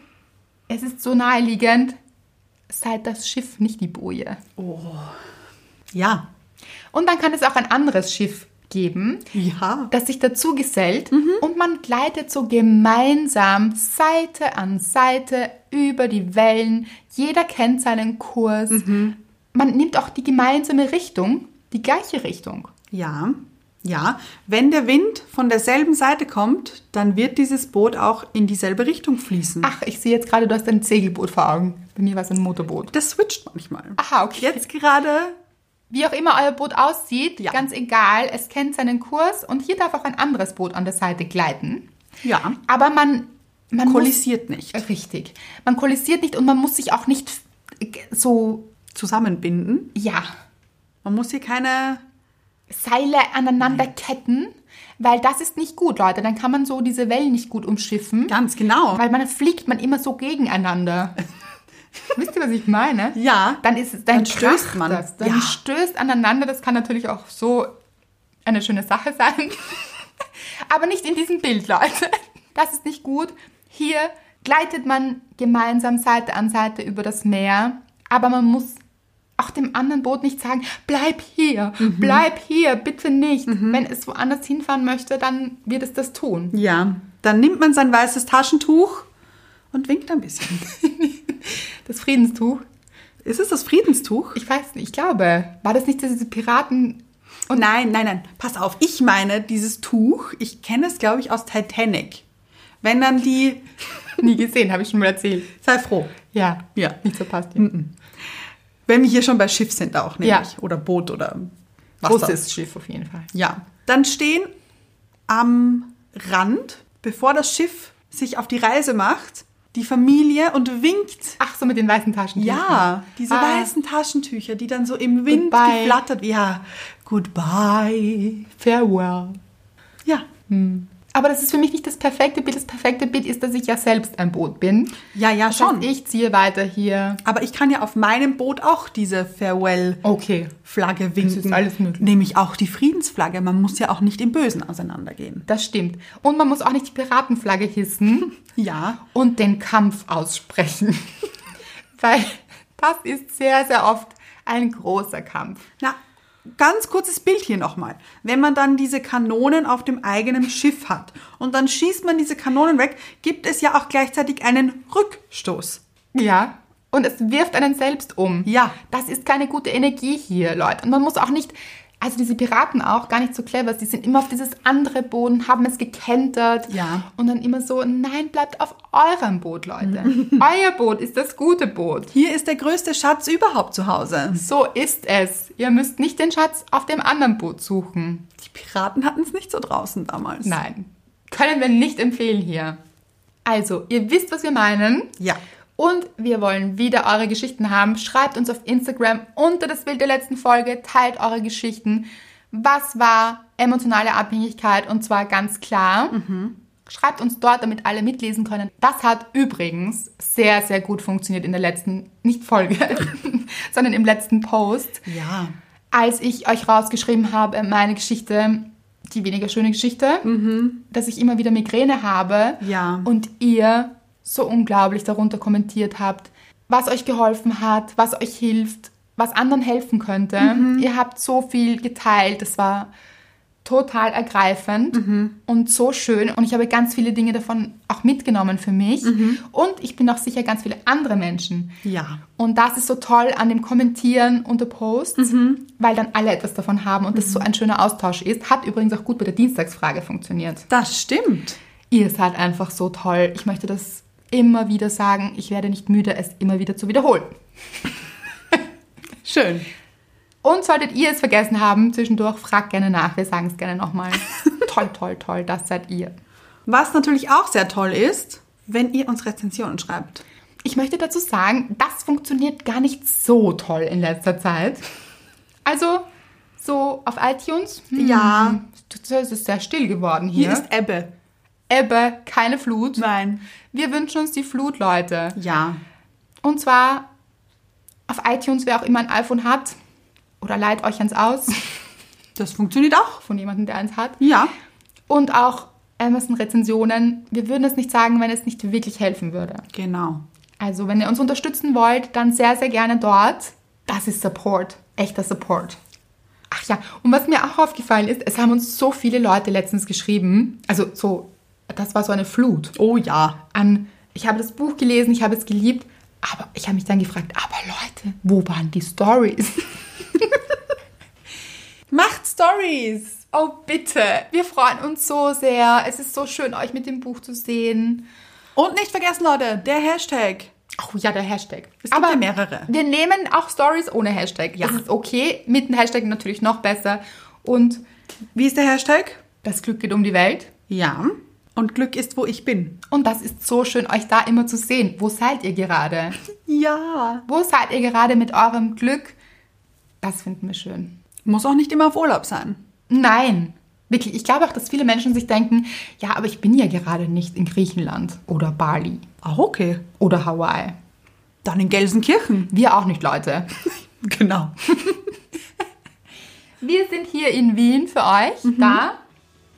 [SPEAKER 2] es ist so naheliegend, seid das Schiff, nicht die Boje.
[SPEAKER 1] Ja.
[SPEAKER 2] Und dann kann es auch ein anderes Schiff geben,
[SPEAKER 1] Ja.
[SPEAKER 2] das sich dazu gesellt
[SPEAKER 1] Mhm.
[SPEAKER 2] und man gleitet so gemeinsam Seite an Seite über die Wellen. Jeder kennt seinen Kurs.
[SPEAKER 1] Mhm.
[SPEAKER 2] Man nimmt auch die gemeinsame Richtung, die gleiche Richtung.
[SPEAKER 1] Ja. Ja. Wenn der Wind von derselben Seite kommt, dann wird dieses Boot auch in dieselbe Richtung fließen.
[SPEAKER 2] Ach, ich sehe jetzt gerade, du hast ein Segelboot vor Augen. Bei mir war es ein Motorboot.
[SPEAKER 1] Das switcht manchmal.
[SPEAKER 2] Aha, okay.
[SPEAKER 1] Jetzt gerade
[SPEAKER 2] Wie auch immer euer Boot aussieht,
[SPEAKER 1] Ja.
[SPEAKER 2] ganz egal, es kennt seinen Kurs und hier darf auch ein anderes Boot an der Seite gleiten.
[SPEAKER 1] Ja.
[SPEAKER 2] Aber man, man
[SPEAKER 1] kollisiert nicht.
[SPEAKER 2] muss, richtig. Man kollisiert nicht und man muss sich auch nicht so
[SPEAKER 1] Zusammenbinden.
[SPEAKER 2] ja
[SPEAKER 1] Man muss hier keine.
[SPEAKER 2] Seile aneinander ketten, weil das ist nicht gut, Leute. Dann kann man so diese Wellen nicht gut umschiffen,
[SPEAKER 1] Ganz genau.
[SPEAKER 2] weil man fliegt man immer so gegeneinander. *laughs* Wisst ihr, was ich meine?
[SPEAKER 1] Ja.
[SPEAKER 2] Dann ist es dann,
[SPEAKER 1] Dann stößt
[SPEAKER 2] kracht
[SPEAKER 1] man.
[SPEAKER 2] Das. Dann
[SPEAKER 1] Ja.
[SPEAKER 2] stößt aneinander. Das kann natürlich auch so eine schöne Sache sein, *laughs* aber nicht in diesem Bild, Leute. Das ist nicht gut. Hier gleitet man gemeinsam Seite an Seite über das Meer, aber man muss auch dem anderen Boot nicht sagen, bleib hier,
[SPEAKER 1] Mhm.
[SPEAKER 2] bleib hier, bitte nicht. Wenn es woanders hinfahren möchte, dann wird es das tun.
[SPEAKER 1] Ja. Dann nimmt man sein weißes Taschentuch und winkt ein bisschen.
[SPEAKER 2] Das Friedenstuch.
[SPEAKER 1] Ist es das Friedenstuch?
[SPEAKER 2] Ich weiß nicht, ich glaube, war das nicht diese Piraten?
[SPEAKER 1] Und nein, nein, nein. Pass auf. Ich meine dieses Tuch. Ich kenne es, glaube ich, aus Titanic. Wenn dann die.
[SPEAKER 2] Nie gesehen, habe ich schon mal erzählt.
[SPEAKER 1] Sei froh.
[SPEAKER 2] Ja,
[SPEAKER 1] Ja.
[SPEAKER 2] nicht so passt.
[SPEAKER 1] Wenn wir hier schon bei Schiff sind, auch nämlich.
[SPEAKER 2] Ja.
[SPEAKER 1] Oder Boot oder Wasser.
[SPEAKER 2] Großes Schiff auf jeden Fall.
[SPEAKER 1] Ja. Dann stehen am Rand, bevor das Schiff sich auf die Reise macht, die Familie und winkt.
[SPEAKER 2] Ach so, mit den weißen Taschen.
[SPEAKER 1] Ja, diese
[SPEAKER 2] Ah.
[SPEAKER 1] weißen Taschentücher, die dann so im Wind
[SPEAKER 2] Goodbye.
[SPEAKER 1] geflattert. Ja, goodbye.
[SPEAKER 2] Farewell.
[SPEAKER 1] Ja.
[SPEAKER 2] Aber das ist für mich nicht das perfekte Bild. Das perfekte Bild ist, dass ich ja selbst ein Boot bin.
[SPEAKER 1] Ja, ja,
[SPEAKER 2] Das
[SPEAKER 1] schon.
[SPEAKER 2] heißt, ich ziehe weiter hier.
[SPEAKER 1] Aber ich kann ja auf meinem Boot auch diese Farewell
[SPEAKER 2] Okay.
[SPEAKER 1] Flagge winken.
[SPEAKER 2] ist alles möglich.
[SPEAKER 1] Nämlich auch die Friedensflagge. Man muss ja auch nicht im Bösen auseinandergehen.
[SPEAKER 2] Das stimmt. Und man muss auch nicht die Piratenflagge hissen
[SPEAKER 1] *laughs* Ja.
[SPEAKER 2] und den Kampf aussprechen. *laughs* Weil das ist sehr, sehr oft ein großer Kampf.
[SPEAKER 1] Na, ganz kurzes Bild hier nochmal. Wenn man dann diese Kanonen auf dem eigenen Schiff hat und dann schießt man diese Kanonen weg, gibt es ja auch gleichzeitig einen Rückstoß.
[SPEAKER 2] Ja. Und es wirft einen selbst um.
[SPEAKER 1] Ja.
[SPEAKER 2] Das ist keine gute Energie hier, Leute. Und man muss auch nicht, also diese Piraten auch, gar nicht so clever. Sie sind immer auf dieses andere Boden, haben es gekentert.
[SPEAKER 1] Ja.
[SPEAKER 2] Und dann immer so, nein, bleibt auf eurem
[SPEAKER 1] *laughs*
[SPEAKER 2] Boot, Leute. Euer Boot ist das gute Boot.
[SPEAKER 1] Hier ist der größte Schatz überhaupt zu Hause.
[SPEAKER 2] So ist es. Ihr müsst nicht den Schatz auf dem anderen Boot suchen.
[SPEAKER 1] Die Piraten hatten es nicht so draußen damals.
[SPEAKER 2] Nein. Können wir nicht empfehlen hier. Also, ihr wisst, was wir meinen.
[SPEAKER 1] Ja.
[SPEAKER 2] Und wir wollen wieder eure Geschichten haben. Schreibt uns auf Instagram unter das Bild der letzten Folge, teilt eure Geschichten. Was war emotionale Abhängigkeit? Und zwar ganz klar. Schreibt uns dort, damit alle mitlesen können. Das hat übrigens sehr, sehr gut funktioniert in der letzten, nicht Folge, *laughs* sondern im letzten Post
[SPEAKER 1] Ja.
[SPEAKER 2] als ich euch rausgeschrieben habe, meine Geschichte, die weniger schöne Geschichte, dass ich immer wieder Migräne habe
[SPEAKER 1] Ja.
[SPEAKER 2] und ihr so unglaublich darunter kommentiert habt, was euch geholfen hat, was euch hilft, was anderen helfen könnte. Ihr habt so viel geteilt, das war total ergreifend und so schön und ich habe ganz viele Dinge davon auch mitgenommen für mich und ich bin auch sicher ganz viele andere Menschen,
[SPEAKER 1] Ja.
[SPEAKER 2] und das ist so toll an dem Kommentieren unter Posts, weil dann alle etwas davon haben und das so ein schöner Austausch ist. Hat übrigens auch gut bei der Dienstagsfrage funktioniert.
[SPEAKER 1] Das stimmt.
[SPEAKER 2] Ihr seid einfach so toll. Ich möchte das immer wieder sagen. Ich werde nicht müde, es immer wieder zu wiederholen.
[SPEAKER 1] Schön.
[SPEAKER 2] Und solltet ihr es vergessen haben, zwischendurch fragt gerne nach. Wir sagen es gerne nochmal. toll, toll, toll, das seid ihr.
[SPEAKER 1] Was natürlich auch sehr toll ist, wenn ihr uns Rezensionen schreibt.
[SPEAKER 2] Ich möchte dazu sagen, das funktioniert gar nicht so toll in letzter Zeit. Also, so auf iTunes. hm,
[SPEAKER 1] Ja.
[SPEAKER 2] Es ist sehr still geworden
[SPEAKER 1] Hier
[SPEAKER 2] hier.
[SPEAKER 1] ist Ebbe.
[SPEAKER 2] Ebbe, keine Flut.
[SPEAKER 1] Nein.
[SPEAKER 2] Wir wünschen uns die Flut, Leute.
[SPEAKER 1] Ja.
[SPEAKER 2] Und zwar auf iTunes, wer auch immer ein iPhone hat, oder leiht euch eins aus
[SPEAKER 1] *laughs* Das funktioniert auch.
[SPEAKER 2] von jemandem, der eins hat.
[SPEAKER 1] Ja.
[SPEAKER 2] und auch Amazon-Rezensionen. Wir würden es nicht sagen, wenn es nicht wirklich helfen würde.
[SPEAKER 1] Genau.
[SPEAKER 2] Also, wenn ihr uns unterstützen wollt, dann sehr, sehr gerne dort. Das ist Support. Echter Support. Ach ja, und was mir auch aufgefallen ist, es haben uns so viele Leute letztens geschrieben. Also, so, das war so eine Flut
[SPEAKER 1] Oh ja.
[SPEAKER 2] an, ich habe das Buch gelesen, ich habe es geliebt, aber ich habe mich dann gefragt, aber Leute, wo waren die Stories? Macht Stories! Oh bitte! Wir freuen uns so sehr. Es ist so schön, euch mit dem Buch zu sehen.
[SPEAKER 1] Und nicht vergessen, Leute, der Hashtag.
[SPEAKER 2] Oh ja, der Hashtag.
[SPEAKER 1] Es gibt ja mehrere.
[SPEAKER 2] Wir nehmen auch Stories ohne Hashtag.
[SPEAKER 1] Ja.
[SPEAKER 2] Das ist okay. Mit dem Hashtag natürlich noch besser. Und
[SPEAKER 1] Wie ist der Hashtag?
[SPEAKER 2] das Glück geht um die Welt.
[SPEAKER 1] Ja. Und Glück ist, wo ich bin.
[SPEAKER 2] Und das ist so schön, euch da immer zu sehen. Wo seid
[SPEAKER 1] *laughs*
[SPEAKER 2] ihr gerade?
[SPEAKER 1] Ja.
[SPEAKER 2] Wo seid ihr gerade mit eurem Glück? Das finden wir schön.
[SPEAKER 1] Muss auch nicht immer auf Urlaub sein.
[SPEAKER 2] Nein, wirklich. Ich glaube auch, dass viele Menschen sich denken, ja, aber ich bin ja gerade nicht in Griechenland oder Bali
[SPEAKER 1] Auch Ah, okay.
[SPEAKER 2] oder Hawaii.
[SPEAKER 1] Dann in Gelsenkirchen.
[SPEAKER 2] Wir auch nicht, Leute.
[SPEAKER 1] Genau.
[SPEAKER 2] Wir sind hier in Wien für euch, da,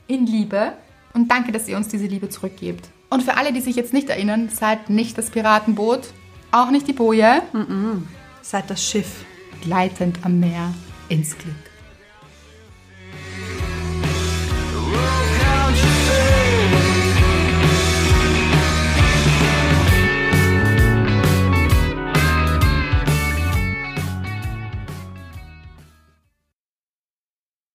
[SPEAKER 2] in Liebe. Und danke, dass ihr uns diese Liebe zurückgebt. Und für alle, die sich jetzt nicht erinnern, seid nicht das Piratenboot, auch nicht die Boje,
[SPEAKER 1] Seid das Schiff.
[SPEAKER 2] gleitend am Meer ins Glück.